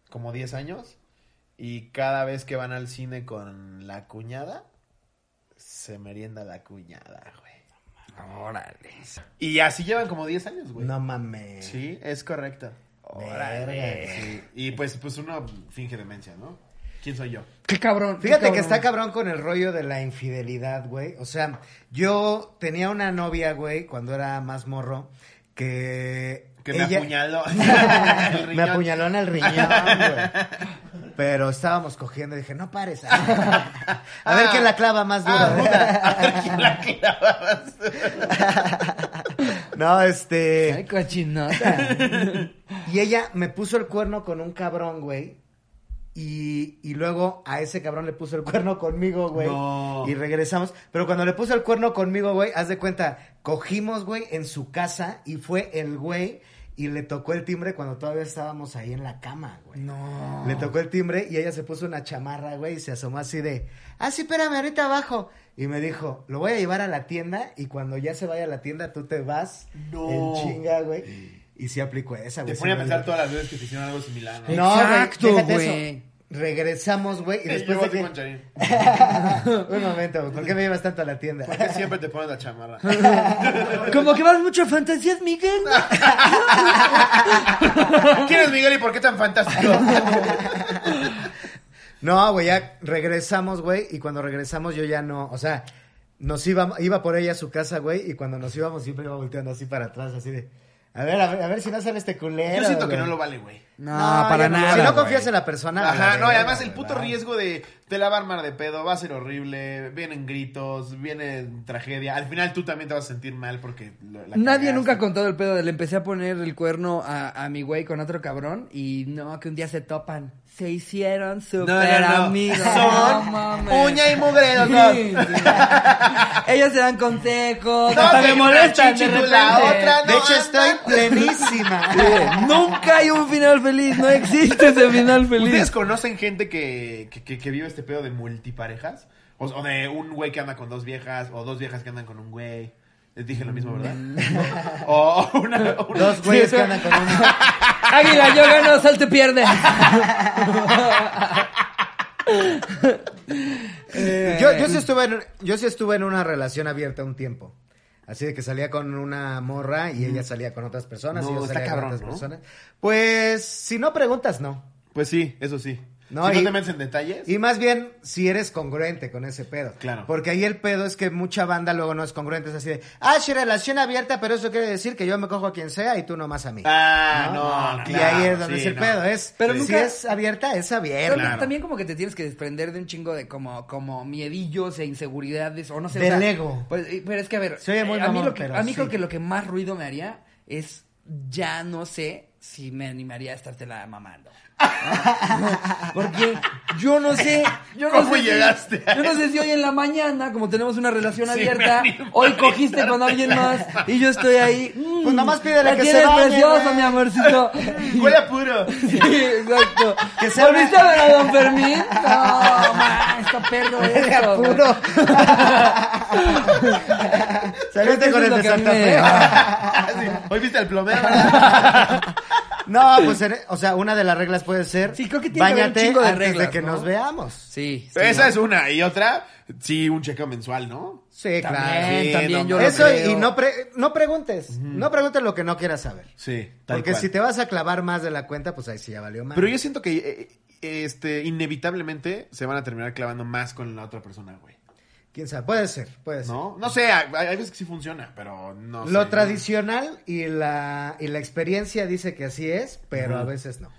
como 10 años, y cada vez que van al cine con la cuñada, se merienda la cuñada, güey.
Órale.
Y así llevan como 10 años, güey.
No mames.
Sí, es correcto.
Órale.
Sí. Y pues, pues uno finge demencia, ¿no? ¿Quién soy yo?
Qué cabrón. qué
Fíjate que
cabrón.
está cabrón con el rollo de la infidelidad, güey. O sea, yo tenía una novia, güey, cuando era más morro, que...
Que me
ella-
apuñaló. El
me
riñón.
apuñaló en el riñón, güey. Pero estábamos cogiendo y dije, no pares. A ver
Ah.
quién la clava más
Ah,
dura.
puta. A ver quién la clavas.
no, este...
Ay, cochinota.
Y ella me puso el cuerno con un cabrón, güey. Y, y luego a ese cabrón le puso el cuerno conmigo, güey.
No.
Y regresamos. Pero cuando le puso el cuerno conmigo, güey, haz de cuenta, cogimos, güey, en su casa y fue el güey y le tocó el timbre cuando todavía estábamos ahí en la cama, güey.
No.
Le tocó el timbre y ella se puso una chamarra, güey, y se asomó así de, ah, sí, espérame, ahorita abajo. Y me dijo, lo voy a llevar a la tienda y cuando ya se vaya a la tienda tú te vas
No.
en chinga, güey. Y sí aplicó esa, güey.
Te
sí
ponía a
me-
pensar todas las veces que te hicieron algo similar, ¿no?
No,
Exacto,
Exacto, güey. déjate
güey.
eso. Regresamos, güey, y
Y
después
yo
de
así
que-
con Charín.
Un momento, güey, ¿por qué me llevas tanto a la tienda?
¿Por qué siempre te pones la chamarra?
Como que vas mucho a fantasías, Miguel.
¿Quién es Miguel y por qué tan fantástico?
No, güey, ya regresamos, güey, y cuando regresamos yo ya no, o sea, nos iba, iba por ella a su casa, güey, y cuando nos íbamos siempre iba volteando así para atrás, así de, a ver, a ver, a ver si no sale este culero.
Yo siento que
güey.
no lo vale, güey.
No,
ya
para
no.
nada.
Si no
güey.
confías en la persona.
Ajá,
güey,
no, y además el
güey,
puto
va.
riesgo de te la va a armar de pedo, va a ser horrible, vienen gritos, viene tragedia. Al final tú también te vas a sentir mal porque lo- la
Nadie
cagaste.
nunca ha contado el pedo de le empecé a poner el cuerno a, a mi güey con otro cabrón y no, que un día se topan. Se hicieron super
No, no, no.
amigos.
Son
No mames.
uña y mugre los
Sí,
dos.
sí. Ellos se dan consejos,
No,
hasta
que
me
una
molestan de
chichi, tú
repente.
la otra,
De
No,
hecho, estoy
anda.
plenísima.
Nunca hay un final feliz, no existe ese final
¿Ustedes
feliz.
conocen gente que, que, que- que vive este pedo de multiparejas? O, o de un güey que anda con dos viejas, o dos viejas que andan con un güey. Les dije lo mismo, ¿verdad?
Mm.
o una, una-
Dos güeyes que andan con una.
Águila, yo gano, salte, pierde. Eh,
Yo, yo, sí estuve en, yo sí estuve en una relación abierta un tiempo. Así de que salía con una morra y ella salía con otras personas y
No,
yo
está
salía con
cabrón,
otras
¿no?
personas. Pues, si no preguntas, no.
Pues sí, eso sí.
No,
si no
y-
te metes en detalles.
Y más bien, si eres congruente con ese pedo.
Claro.
Porque ahí el pedo es que mucha banda luego no es congruente. Es así de, ah, sí, relación abierta, pero eso quiere decir que yo me cojo a quien sea y tú nomás a mí.
Ah, no,
y
claro,
ahí es donde
sí,
es el
no.
pedo. Es,
Pero
si
nunca-
es abierta, es abierta.
También,
Claro.
también como que te tienes que desprender de un chingo de como, como miedillos e inseguridades o no sé. o
Del
sea,
ego.
pues, eh, pero es que a ver,
Se oye muy
eh, a mí,
mamón,
lo que,
pero
a mí
sí.
creo que lo que más ruido me haría es ya no sé si me animaría a estártela mamando. Porque yo no sé, yo no
¿Cómo
sé si-
llegaste a
yo no sé si hoy en la mañana, como tenemos una relación
Sí,
abierta,
me animo
hoy
a
cogiste con alguien más y yo estoy ahí. mm,
Pues nomás pídele
la
que se
tienes
bañe,
preciosa,
güey.
mi amorcito.
Huele a puro.
Sí, exacto.
Que sea
¿Volviste
una-
a ver a Don Fermín? No, ma, está perro
Huele a
esto, güey.
puro.
Creo que
Saliste
eso
con
es
el
lo
de
que a mí
Santa
me-
Fe.
Ah, Sí, Hoy viste el plomero, ¿verdad?
No, pues, en- o sea, una de las reglas puede ser.
Sí, creo que tiene que haber un
"Báñate
chingo de
antes
reglas,
de que
¿no?
nos veamos.
Sí, sí.
Esa es una. Y otra, sí, un chequeo mensual, ¿no?
Sí, claro.
También,
Sí,
también
no
yo lo
Eso
creo.
y no, pre- no preguntes. No preguntes lo que no quieras saber.
Sí, tal
Porque
cual.
si te vas a clavar más de la cuenta, pues ahí sí ya valió más.
Pero yo siento que eh, este, inevitablemente se van a terminar clavando más con la otra persona, güey.
Quién sabe, puede ser, puede ser.
¿No? No sé, hay, hay veces que sí funciona, pero no
Lo
sé.
tradicional y la, y la experiencia dice que así es, pero
Ajá.
a veces no.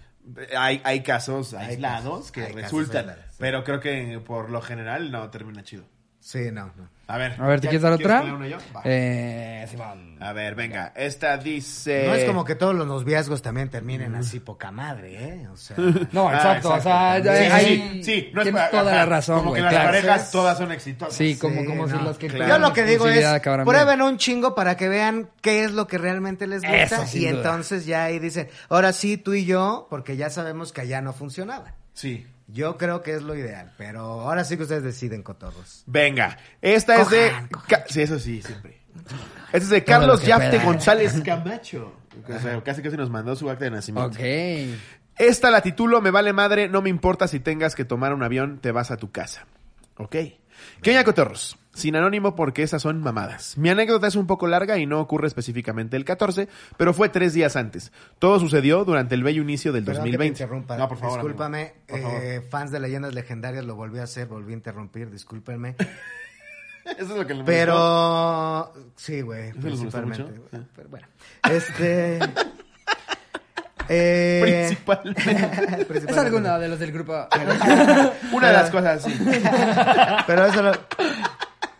Hay, hay casos
Hay
aislados
casos,
que
hay casos
resultan,
aislados, sí.
pero creo que por lo general no termina chido.
Sí, no, no.
A ver.
A ver, ¿te
¿ya
quieres dar otra?
que lea una yo? Va.
Eh, Simón.
A ver, venga. Esta dice...
No es como que todos los noviazgos también terminen así poca madre, ¿eh? O sea,
No,
Ah,
exacto, o sea,
exacto.
ya-
Sí, sí,
ahí
sí, sí, no es
tienes
para-
toda la
ajá,
razón,
Como
güey.
que las
claro.
parejas todas son exitosas.
Sí, como, como
Sí,
si
no.
las que
Yo
yo
claro,
lo que digo es,
Prueben
prueben un chingo para que vean qué es lo que realmente les gusta
Eso, sin
y
duda.
entonces ya ahí dicen, ahora sí tú y yo, porque ya sabemos que allá no funcionaba.
Sí.
Yo creo que es lo ideal, pero ahora sí que ustedes deciden, cotorros.
Venga, esta es de.
Cojan, cojan.
Ca- Sí, eso sí, siempre. Esta es de
Todo lo
Carlos
que
Yapte
puedan.
González Camacho. O sea, casi casi nos mandó su acta de nacimiento.
Ok.
Esta la titulo Me vale madre, no me importa si tengas que tomar un avión, te vas a tu casa. Ok. ¿Qué hay, cotorros? Sin anónimo porque esas son mamadas. Mi anécdota es un poco larga y no ocurre específicamente el 14, pero fue tres días antes. Todo sucedió durante el bello inicio del
Perdón que te
2020.
interrumpa.
No, por favor.
Discúlpame,
amigo. Por favor.
eh, fans de leyendas legendarias, lo volví a hacer, volví a interrumpir, discúlpenme.
Eso es lo que le molestó.
Pero sí, güey,
¿Eso les molestó
principalmente.
mucho? Ah.
Pero bueno, este eh,
Principalmente.
principalmente.
Es alguno de los del grupo.
Una de las cosas, sí.
Pero eso lo-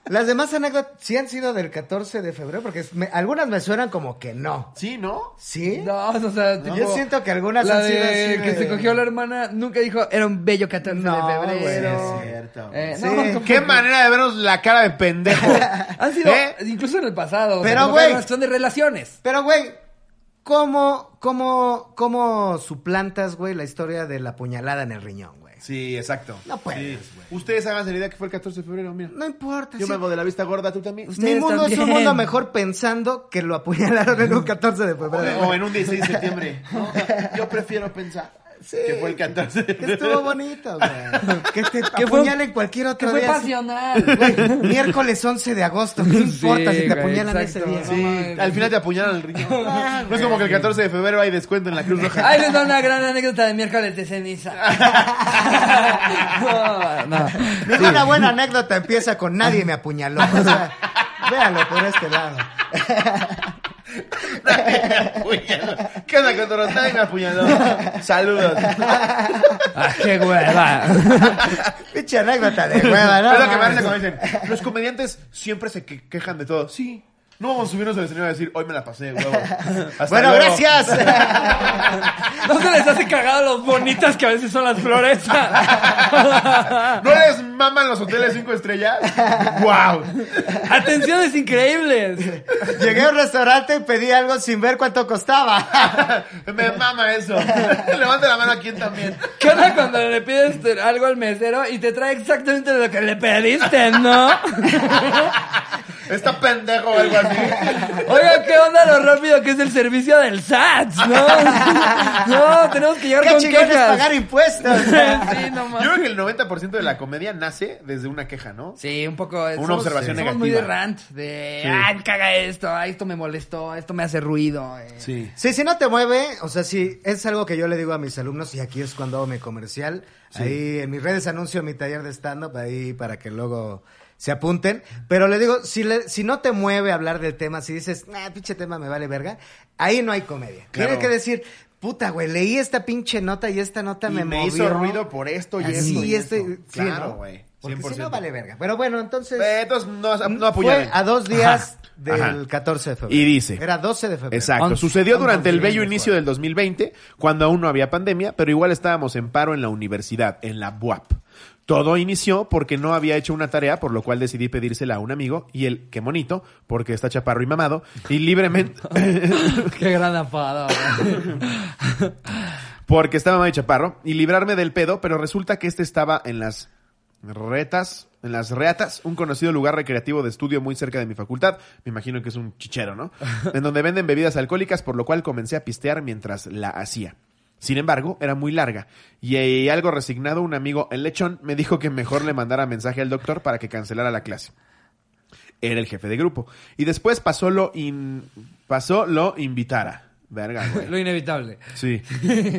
Las demás anécdotas sí han sido del 14 de febrero porque es- me- algunas me suenan como que no.
Sí, ¿no?
¿Sí?
No, o sea, tipo,
Yo siento que algunas
la
han sido
de
así
que
de-
se cogió la hermana nunca dijo era un bello 14
No,
de febrero.
güey,
es cierto,
Eh,
güey.
no,
Sí.
como-
Qué manera de vernos la cara de pendejo.
Han sido
¿Eh?
incluso en el pasado. o sea,
Pero,
como
güey.
que hay una cuestión de relaciones.
Pero, güey, ¿cómo, cómo, cómo suplantas, güey, la historia de la puñalada en el riñón, güey?
Sí, exacto.
No puedes,
Sí. Ustedes hagan la idea que fue el 14 de febrero, mira.
No importa.
Yo
sí.
me hago de la vista gorda, tú también.
Usted-
Mi
Ustedes
mundo es un
también.
mundo mejor pensando que lo apuñalaron en un 14 de
O,
febrero.
o en un 16 de septiembre. No, yo prefiero pensar
Sí.
que fue el 14.
Que estuvo bonito, güey. Que
este,
te
Que fue-
apuñalen cualquier
Que
otro
fue
día.
pasional.
Güey, miércoles 11 de agosto, ¿qué
Sí,
importa si te
güey,
apuñalan ese
exacto.
día?
Sí.
Sí,
mames.
al final te apuñalan el riñón.
Ah,
No es como que el 14 de febrero hay descuento en la Cruz Roja.
Ahí les da una gran anécdota de miércoles de ceniza. no, no.
Ninguna buena anécdota empieza con nadie me apuñaló. O sea, véalo por este lado.
Apuñaló. ¿Qué onda con Dorotá? Y me apuñaló. Saludos.
Ah, qué hueva.
Pinche anécdota de hueva, ¿no?
es lo que me
mames.
hace cuando dicen, los comediantes siempre se que- quejan de todo. Sí. No vamos a subirnos al escenario a decir, hoy me la pasé, huevo. Hasta
Bueno,
luego.
gracias.
¿No se les hace cagado los bonitas que a veces son las florestas?
¿No les maman los hoteles cinco estrellas? ¡Wow!
Atenciones increíbles.
Llegué a un restaurante y pedí algo sin ver cuánto costaba.
Me mama eso. Levante la mano a quien también.
¿Qué onda cuando le pides te- algo al mesero y te trae exactamente lo que le pediste, no?
Está pendejo o algo así.
Oiga, ¿qué onda lo rápido que es el servicio del SAT, no? No, tenemos que llegar
¿Qué
con
chingón es
quejas.
pagar impuestos?
Sí, no
Yo
mames.
creo que el 90% de la comedia nace desde una queja, ¿no?
Sí, un poco. Una
observación
somos muy de
negativa.
rant, de,
Sí.
ah, caga esto, ah, esto me molestó, esto me hace ruido. eh.
Sí.
Sí, si no te mueve, o sea, sí, es algo que yo le digo a mis alumnos y aquí es cuando hago mi comercial. Ahí en mis redes anuncio mi taller de stand-up ahí para que luego se apunten. Pero le digo, si, le- si no te mueve hablar del tema, si dices, nah, pinche tema me vale verga, ahí no hay comedia.
Claro.
Tiene que decir, puta, güey, leí esta pinche nota y esta nota
Y
me
me,
movió.
hizo ruido por esto y
Así,
esto. y
este-
esto.
sí,
Claro,
¿no?
güey.
Porque
100%.
si no vale verga. Pero bueno, entonces...
Eh, Entonces, no, no
Mm, fue
apuñalen.
a dos días
Ajá,
del
ajá.
14 de febrero.
Y dice-
Era 12 de febrero.
Exacto.
Once.
Sucedió
Once
durante el bello
millones,
inicio
güey.
del 2020, cuando aún no había pandemia, pero igual estábamos en paro en la universidad, en la BUAP. Todo inició porque no había hecho una tarea, por lo cual decidí pedírsela a un amigo y él, qué monito, porque está chaparro y mamado, y libremente,
Qué gran afado.
porque estaba mamado y chaparro, y librarme del pedo, pero resulta que este estaba en las retas, en las reatas, un conocido lugar recreativo de estudio muy cerca de mi facultad, me imagino que es un chichero, ¿no? En donde venden bebidas alcohólicas, por lo cual comencé a pistear mientras la hacía. Sin embargo, era muy larga, y, eh, algo resignado, un amigo, el lechón, me dijo que mejor le mandara mensaje al doctor para que cancelara la clase era el jefe de grupo. Y después pasó lo in... pasó lo invitara. Verga, güey.
Lo inevitable.
Sí.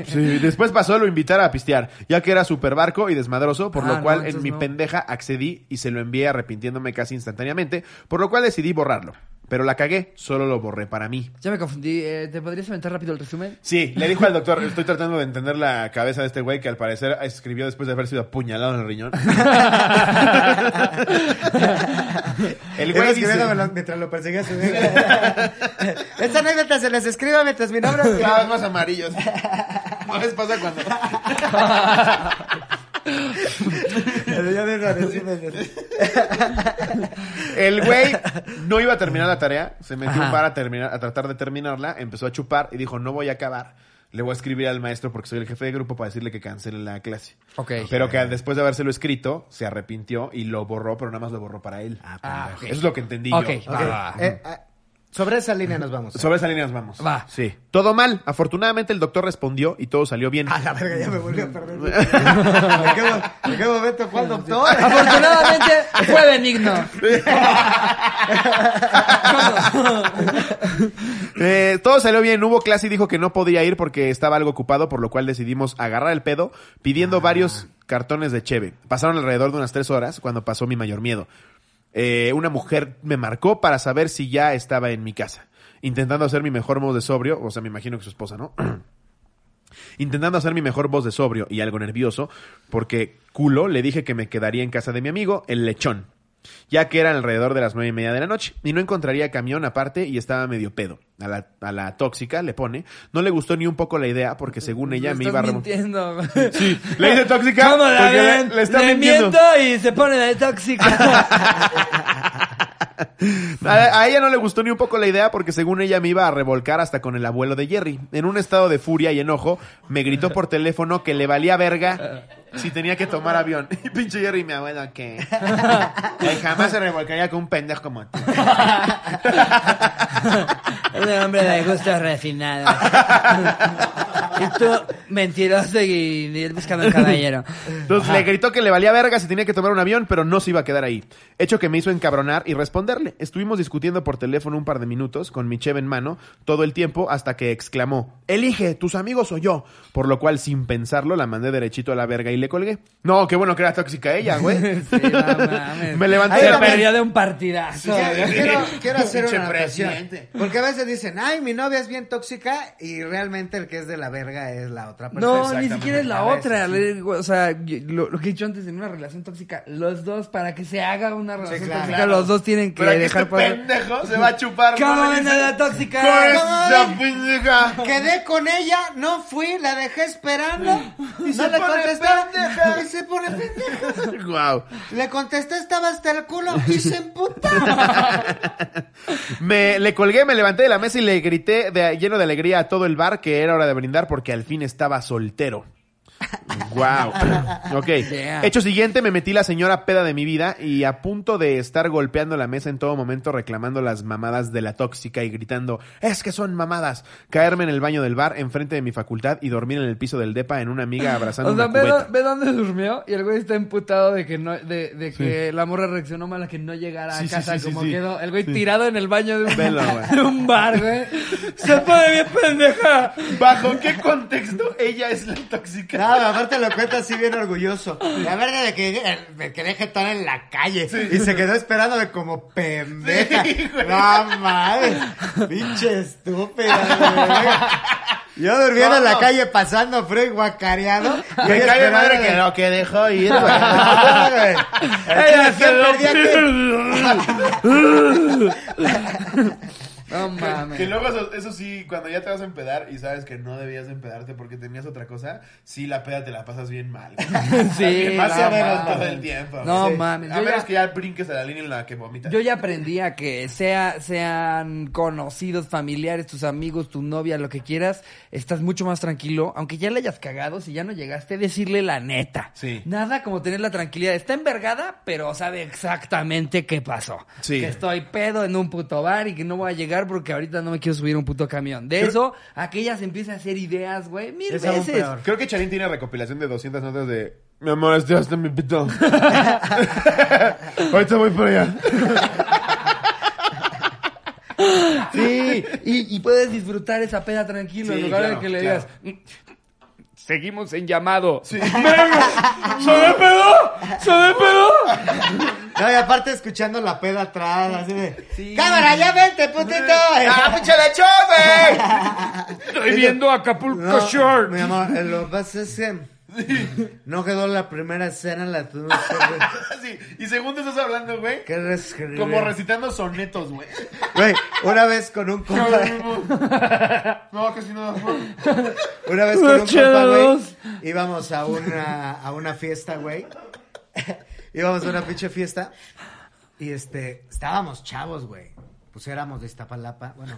Sí, después pasó lo invitara a pistear, ya que era súper barco y desmadroso, por
Ah,
lo
no,
cual en
entonces
mi
no.
pendeja accedí y se lo envié arrepintiéndome casi instantáneamente, por lo cual decidí borrarlo. Pero la cagué, solo lo borré para mí.
Ya me confundí. eh, ¿Te podrías aventar rápido el resumen?
Sí, le dijo al doctor, estoy tratando de entender la cabeza de este güey que al parecer escribió después de haber sido apuñalado en el riñón. el
Era
güey dice,
escribiendo mientras- mientras lo perseguía su Esta anécdota se les escriba mientras mi nombre.
Cada vez más amarillos. ¿No les pasa cuando?
Yo digo, decime-
El güey no iba a terminar la tarea, se metió
Ajá.
para terminar, a tratar de terminarla, empezó a chupar y dijo, no voy a acabar. Le voy a escribir al maestro porque soy el jefe de grupo para decirle que cancele la clase.
Ok.
Pero que después de habérselo escrito, se arrepintió y lo borró, pero nada más lo borró para él.
Ah, ok.
Eso es lo que entendí
Ok,
yo.
va, va.
Eh, ah, sobre esa línea nos vamos.
Sobre esa línea nos vamos.
Va.
Sí. Todo mal. Afortunadamente el doctor respondió y todo salió bien.
A la verga, ya me volví a perder. ¿En qué, mo- en qué momento fue el doctor?
Afortunadamente fue benigno.
Eh, todo salió bien, hubo clase y dijo que no podía ir porque estaba algo ocupado, por lo cual decidimos agarrar el pedo pidiendo varios cartones de cheve. Pasaron alrededor de unas tres horas cuando pasó mi mayor miedo. Eh, una mujer me marcó para saber si ya estaba en mi casa, intentando hacer mi mejor modo de sobrio, o sea, me imagino que su esposa, ¿no? Intentando hacer mi mejor voz de sobrio y algo nervioso, porque culo le dije que me quedaría en casa de mi amigo, el lechón, ya que eran alrededor de las nueve y media de la noche, y no encontraría camión aparte y estaba medio pedo. A la, a la tóxica le pone, no le gustó ni un poco la idea, porque según ella me
Estás
iba a remo-
mintiendo.
Sí, le dice tóxica,
¿Cómo la
porque le,
ven?
le está
Le
mintiendo.
miento y se pone de tóxica.
A, a ella no le gustó ni un poco la idea porque según ella me iba a revolcar hasta con el abuelo de Jerry. En un estado de furia y enojo, me gritó por teléfono que le valía verga si tenía que tomar avión. Y pinche Jerry, mi abuelo, que que jamás se revolcaría con un pendejo como tú.
Es un hombre de gustos refinados. y tú, mentiroso y, y buscando el caballero.
Entonces le gritó que le valía verga si tenía que tomar un avión, pero no se iba a quedar ahí. Hecho que me hizo encabronar y responderle. Estuvimos discutiendo por teléfono un par de minutos, con mi cheve en mano, todo el tiempo, hasta que exclamó: Elige, tus amigos o yo. Por lo cual, sin pensarlo, la mandé derechito a la verga y le colgué. No, qué bueno que era tóxica ella, güey.
Sí, no mames.
me levanté
Ahí
de
la
la
también-
Perdió de un partidazo.
Quiero, quiero- quiero hacer
Pinche
una anotación.
presidente.
Porque a veces dicen, ay, mi novia es bien tóxica y realmente el que es de la verga es la otra persona.
No, ni siquiera es la
A veces,
otra.
sí.
Le- O sea, yo- lo, lo que he dicho antes en una relación tóxica, los dos, para que se haga una relación
claro.
tóxica, los dos tienen que
Pero aquí
dejar
este pendejo "Pues, se va a chupar.
¡Cómo
¿no?
ven a la tóxica!
Con
¿Cómo
esa
ven?
pendeja.
Quedé con ella, no fui, la dejé esperando. Y
se
no le
pone pendeja.
contesté. Y se pone pendeja.
Guau.
Le contesté, estaba hasta el culo y se emputó.
Me, le colgué, me levanté de la mesa y le grité de- lleno de alegría a todo el bar que era hora de brindar porque al fin estaba soltero. Wow. Ok.
Yeah.
Hecho siguiente, me metí la señora peda de mi vida y a punto de estar golpeando la mesa en todo momento reclamando las mamadas de la tóxica y gritando, es que son mamadas. Caerme en el baño del bar enfrente de mi facultad y dormir en el piso del depa en una amiga abrazando
O sea,
una
ve,
cubeta.
do- ve dónde durmió y el güey está emputado de que no, de, de que la morra reaccionó mal a que no llegara a
Sí, sí,
casa
sí, sí,
como
sí.
quedó. El güey
Sí.
tirado en el baño de un,
Velo, güey.
de un bar, güey. ¡Se pone bien pendeja!
¿Bajo qué contexto ella es la tóxica?
No, aparte lo cuenta así bien orgulloso. La verga de que, de que deje todo en la calle. Y se quedó esperándome como pendeja.
Sí, güey.
no mames. Pinche estúpida. güey. Yo durmiendo en la
No.
calle pasando frío y guacareado. y
Me
ella
cae de
esperándome.
madre que no, que dejó ir, güey.
Ah, güey.
Ella se lo
perdía que-
No
Que
mames.
luego, eso, eso sí, cuando ya te vas a empedar y sabes que no debías de empedarte porque tenías otra cosa, sí, la peda te la pasas bien mal.
Sí,
Más o
no
menos
mames.
todo el tiempo.
No
Sí.
mames,
A
yo
menos
ya-
que ya brinques a la línea en la que vomitas.
Yo ya aprendí a que sea, sean conocidos, familiares, tus amigos, tu novia, lo que quieras, estás mucho más tranquilo, aunque ya le hayas cagado, si ya no llegaste, decirle la neta.
Sí.
Nada como tener la tranquilidad. Está envergada, pero sabe exactamente qué pasó.
Sí.
Que estoy pedo en un puto bar y que no voy a llegar porque ahorita no me quiero subir a un puto camión. De eso, aquella se empieza a hacer ideas, güey, mil
Es aún
veces.
peor.
Creo que Charín tiene recopilación de 200 notas de... Mi amor, estoy hasta mi pito. Ahorita voy por allá.
Sí, y, y puedes disfrutar esa peda tranquilo
Sí,
en lugar
claro,
de que le
claro.
digas. "Mm, Seguimos en llamado.
Sí.
¿Se me pedo? ¿Se me pedo?
No, y aparte escuchando la peda atrás, así de...
Sí.
¡Cámara, ya vente, putito!
¡Ah, pinche lechoso, güey!
Estoy viendo Acapulco
No,
Short.
Mi amor, eh, lo que pasa es que no quedó la primera escena, la tuvimos que, re-
Sí, y según te estás hablando, güey,
que reescribir.
como recitando sonetos, güey.
Güey, una vez con un compa,
No, que si no...
una vez con un compa, güey,
Dos.
íbamos a una, a una fiesta, güey. íbamos a una pinche fiesta y este, estábamos chavos, güey. Pues éramos de Iztapalapa. Bueno,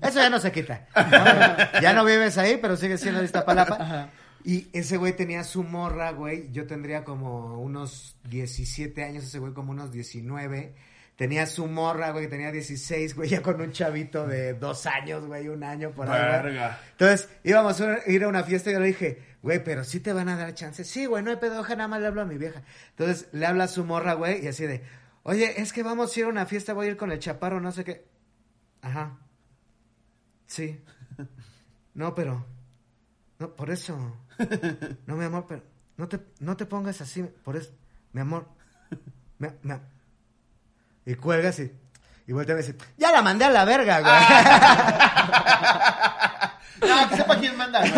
eso ya no se quita. No, ya no vives ahí, pero sigues siendo de Iztapalapa. Y ese güey tenía su morra, güey. Yo tendría como unos 17 años, ese güey como unos 19. Tenía su morra, güey, que tenía 16, güey, ya con un chavito de dos años, güey, un año por ahí. güey.
Verga.
Entonces, íbamos a ir a una fiesta y yo le dije, güey, pero sí te van a dar chance. Sí, güey, no hay pedo, ojalá nada más le hablo a mi vieja. Entonces, le habla a su morra, güey, y así de, oye, es que vamos a ir a una fiesta, voy a ir con el chaparro, no sé qué. Ajá. Sí. No, pero. No, por eso. No, mi amor, pero. No te, no te pongas así, por eso. Mi amor. Mi- mi- Y cuelgas y. Y vuelve a decir, ya la mandé a la verga, güey.
No, que sepa quién manda, güey.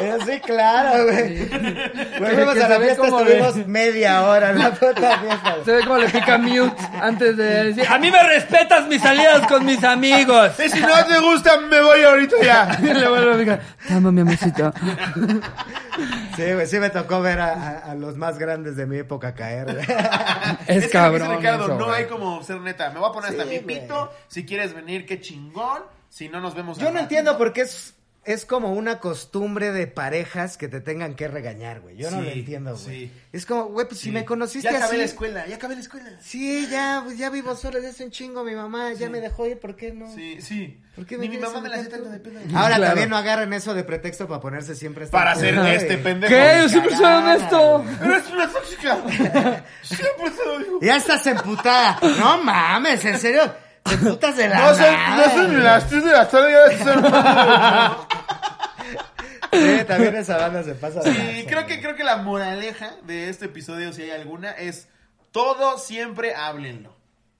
Eh, sí, claro, güey. Güey, fuimos
Que
a la
se ve
fiesta,
como
estuvimos
de-
media hora en la puta fiesta. güey.
Se ve como le pica mute antes de decir: A mí me respetas mis salidas con mis amigos.
Y si no te gusta, me voy ahorita ya.
Y le vuelvo a picar: Te amo, mi amorcito.
Sí, güey, sí me tocó ver a, a- a los más grandes de mi época caer,
Es,
güey.
Es que lo que dice
cabrón.
Ricardo,
eso,
no
güey.
hay como ser neta. Me voy a poner hasta mi
güey.
pito. Si quieres venir, qué chingón. Si no, nos vemos.
Yo
al
no
rato.
entiendo por qué es es como una costumbre de parejas que te tengan que regañar, güey. Yo no
Sí,
lo entiendo, güey.
sí.
Es como, güey, pues si me conociste
ya acabé
así.
la escuela, ya acabé la escuela.
Sí, ya, pues ya vivo sola desde hace un chingo mi mamá, ya me dejó ir, ¿por qué no?
Sí, sí.
¿Por qué me
Ni mi
quieres
mamá me la hace
sacar
tanto de
tú?
pedo.
Ahora
Claro.
también no agarren eso de pretexto para ponerse siempre esta
Para hacer
hacer
este pendejo.
¿Qué? Yo siempre soy
Cagada,
honesto.
¡Eres una tóxica! Siempre se lo digo.
Ya estás emputada. No mames, en serio. Te putas de la
No son, no
nada,
son
güey.
las tres de la tarde, ya debe ser-
Sí, también esa banda se pasa de
Sí,
lanza,
Eh, creo
güey.
que, creo que la moraleja de este episodio, si hay alguna, es todo siempre háblenlo.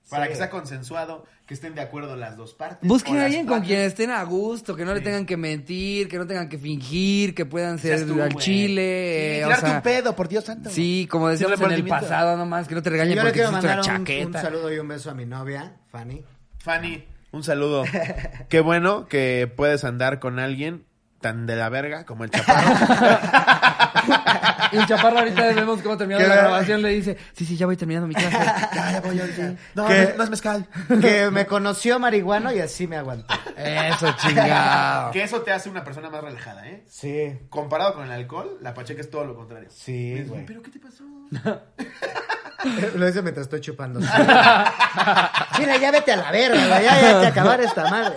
Para
Sí.
que sea consensuado, que estén de acuerdo las dos partes. o
Busquen
las
a alguien con
partes.
quien estén a gusto, que no le tengan que mentir, que no tengan que fingir, que puedan ser
Seas tú,
al
güey.
chile.
Sí,
eh, o
tirar
sea,
tu pedo, por Dios santo.
sí, como decíamos en el
remordimiento.
pasado nomás, que no te regañen
Yo le
porque
quiero
hiciste
mandar
una
un, un
chaqueta.
saludo y un beso a mi novia, Fanny.
Fanny, un saludo. Qué bueno que puedes andar con alguien tan de la verga como el chaparro.
Y el chaparro ahorita vemos cómo terminando la
Qué-
grabación le dice, sí, sí, ya voy terminando mi clase.
ya, ya voy ahorita. No, no,
¿Qué?
es- no es mezcal.
Que me conoció marihuano y así me aguantó. Eh,
Eso, chingado.
Que eso te hace una persona más relajada, ¿eh?
Sí,
Comparado con el alcohol, la pacheca es todo lo contrario.
sí,
Dices,
güey.
¿Pero qué te pasó?
Lo hice mientras estoy chupando. Mira, ya vete a la verga, güey. Ya, ya hay que acabar esta madre.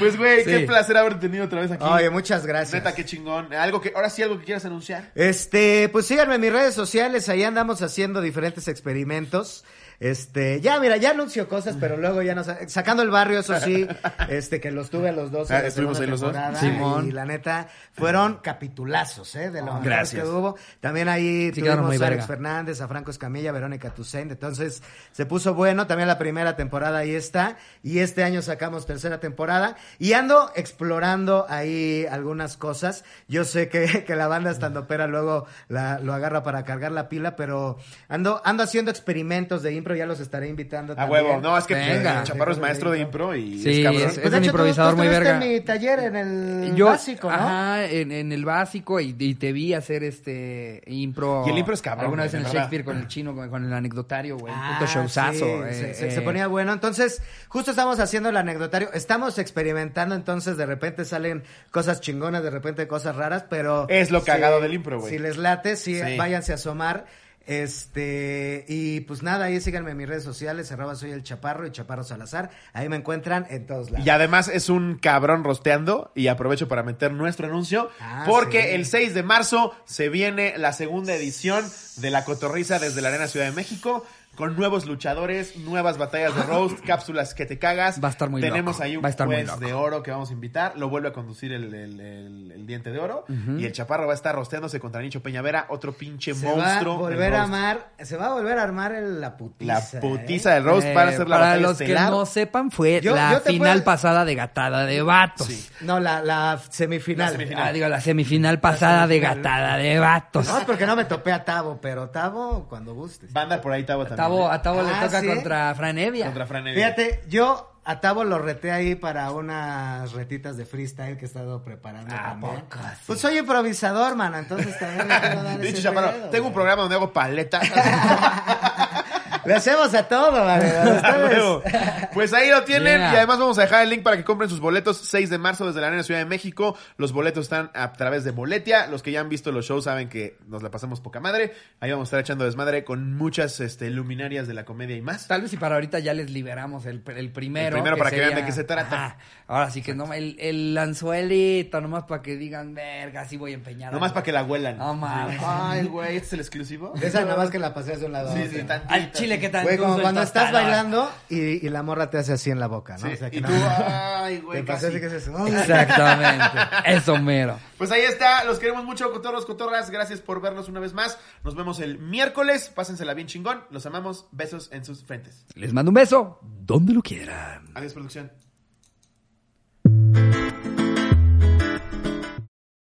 Pues, güey,
Sí.
qué placer haber tenido otra vez aquí.
Oye, muchas gracias.
Neta, qué chingón. Algo que, ahora sí, algo que quieras anunciar.
Este, pues síganme en mis redes sociales, ahí andamos haciendo diferentes experimentos. Este, ya mira, ya anuncio cosas, pero luego ya no sa- sacando el barrio, eso sí, este que los tuve a los dos, en
Ah,
la
estuvimos
segunda
ahí los dos.
temporada,
Simón.
y la neta fueron capitulazos, eh, de lo mejor
gracias.
que hubo. También ahí
Sí, quedaron muy
tuvimos a
verga.
Alex Fernández, a Franco Escamilla, a Verónica Tucent, entonces se puso bueno, también la primera temporada ahí está y este año sacamos tercera temporada y ando explorando ahí algunas cosas. Yo sé que, que la banda estandopera luego la- lo agarra para cargar la pila, pero ando ando haciendo experimentos de impro, ya los estaré invitando
A
también.
huevo. No, es que
Venga.
el chaparro es maestro de impro y
Sí,
es cabrón.
es-
Pues, de
un
hecho, tú-
improvisador
tú
muy
estuviste
verga.
en mi taller en el
Yo,
básico, ¿no?
Ajá, en, en el básico y, y te vi hacer este impro.
Y el impro es cabrón,
Alguna
güey,
vez en el
de verdad.
Shakespeare con el chino, con, con el anecdotario, güey. un puto
Ah,
showzazo.
sí,
eh,
se, se-
eh.
se ponía bueno. Entonces, justo estamos haciendo el anecdotario. Estamos experimentando, entonces de repente salen cosas chingonas, de repente cosas raras, pero.
Es lo
si-
cagado del impro, güey.
Si les late, sí,
Sí.
váyanse a asomar. Este, y pues nada, ahí síganme en mis redes sociales, arroba soy el chaparro y chaparro salazar. Ahí me encuentran en todos lados.
Y además es un cabrón rosteando y aprovecho para meter nuestro anuncio
Ah,
porque
sí.
el 6 de marzo se viene la segunda edición de La Cotorriza desde la Arena Ciudad de México con nuevos luchadores, nuevas batallas de roast, cápsulas que te cagas.
Va a estar muy
Tenemos
loco,
ahí un
va a estar muy
juez
loco.
de oro que vamos a invitar, lo vuelve a conducir el, el- el- el diente de oro y el chaparro va a estar rosteándose contra Nicho Peñavera, otro pinche
se
monstruo.
va a
del
volver a
roast.
amar, se va a volver a armar el- la putiza.
La
¿eh?
putiza del roast para
Eh,
hacer la
para
batalla
los
estelar.
que no sepan, fue
Yo-
la
yo te
final
puedo-
pasada de gatada de vatos.
Sí.
¿eh? No, la, la semifinal.
La semifinal.
Ah, digo, la semifinal pasada de
semifinal.
gatada de vatos.
Ah, No, porque no me topé a Tabo, pero Tabo cuando gustes.
Va a andar por ahí Tabo también. ¿eh?
Tavo- a Tavo le
Ah,
toca
¿sí?
contra Fran Evia.
Contra Fran Evia.
Fíjate, yo a Tabo lo reté ahí para unas retitas de freestyle que he estado preparando también. Pues soy improvisador, mano, entonces también le quiero dar
Dicho
ese
chaparro,
pedo,
tengo un
güey.
programa donde hago paleta.
Le hacemos a todo, vale. a ustedes.
Huevo. pues ahí lo tienen.
Yeah.
Y además vamos a dejar el link para que compren sus boletos 6 de marzo desde la Arena Ciudad de México. Los boletos están a través de Boletia. Los que ya han visto los shows saben que nos la pasamos poca madre. Ahí vamos a estar echando desmadre con muchas este, luminarias de la comedia y más.
Tal vez y para ahorita ya les liberamos el, el primero.
El primero para que vean de qué se trata.
Ajá. Ahora sí que no, el, el anzuelito, nomás para que digan, verga, sí voy empeñado.
Nomás para que la huelan.
No mames.
Ay, güey, ¿este es el exclusivo?
Esa nada más que la pasé de un lado. a
Sí,
otro.
sí, tantito.
Al chile que tan
Güey, como
dulce el
cuando estás
tostador.
bailando y, y la morra te hace así en la boca, ¿no?
Sí,
O sea, que
y
no-
tú, ay, güey,
te pasé
casi.
así que se
Exactamente. Eso mero.
Pues ahí está, los queremos mucho, cotorros, cotorras. Gracias por vernos una vez más. Nos vemos el miércoles. Pásensela bien chingón. Los amamos. Besos en sus frentes.
Les mando un beso donde lo quieran.
Adiós, producción.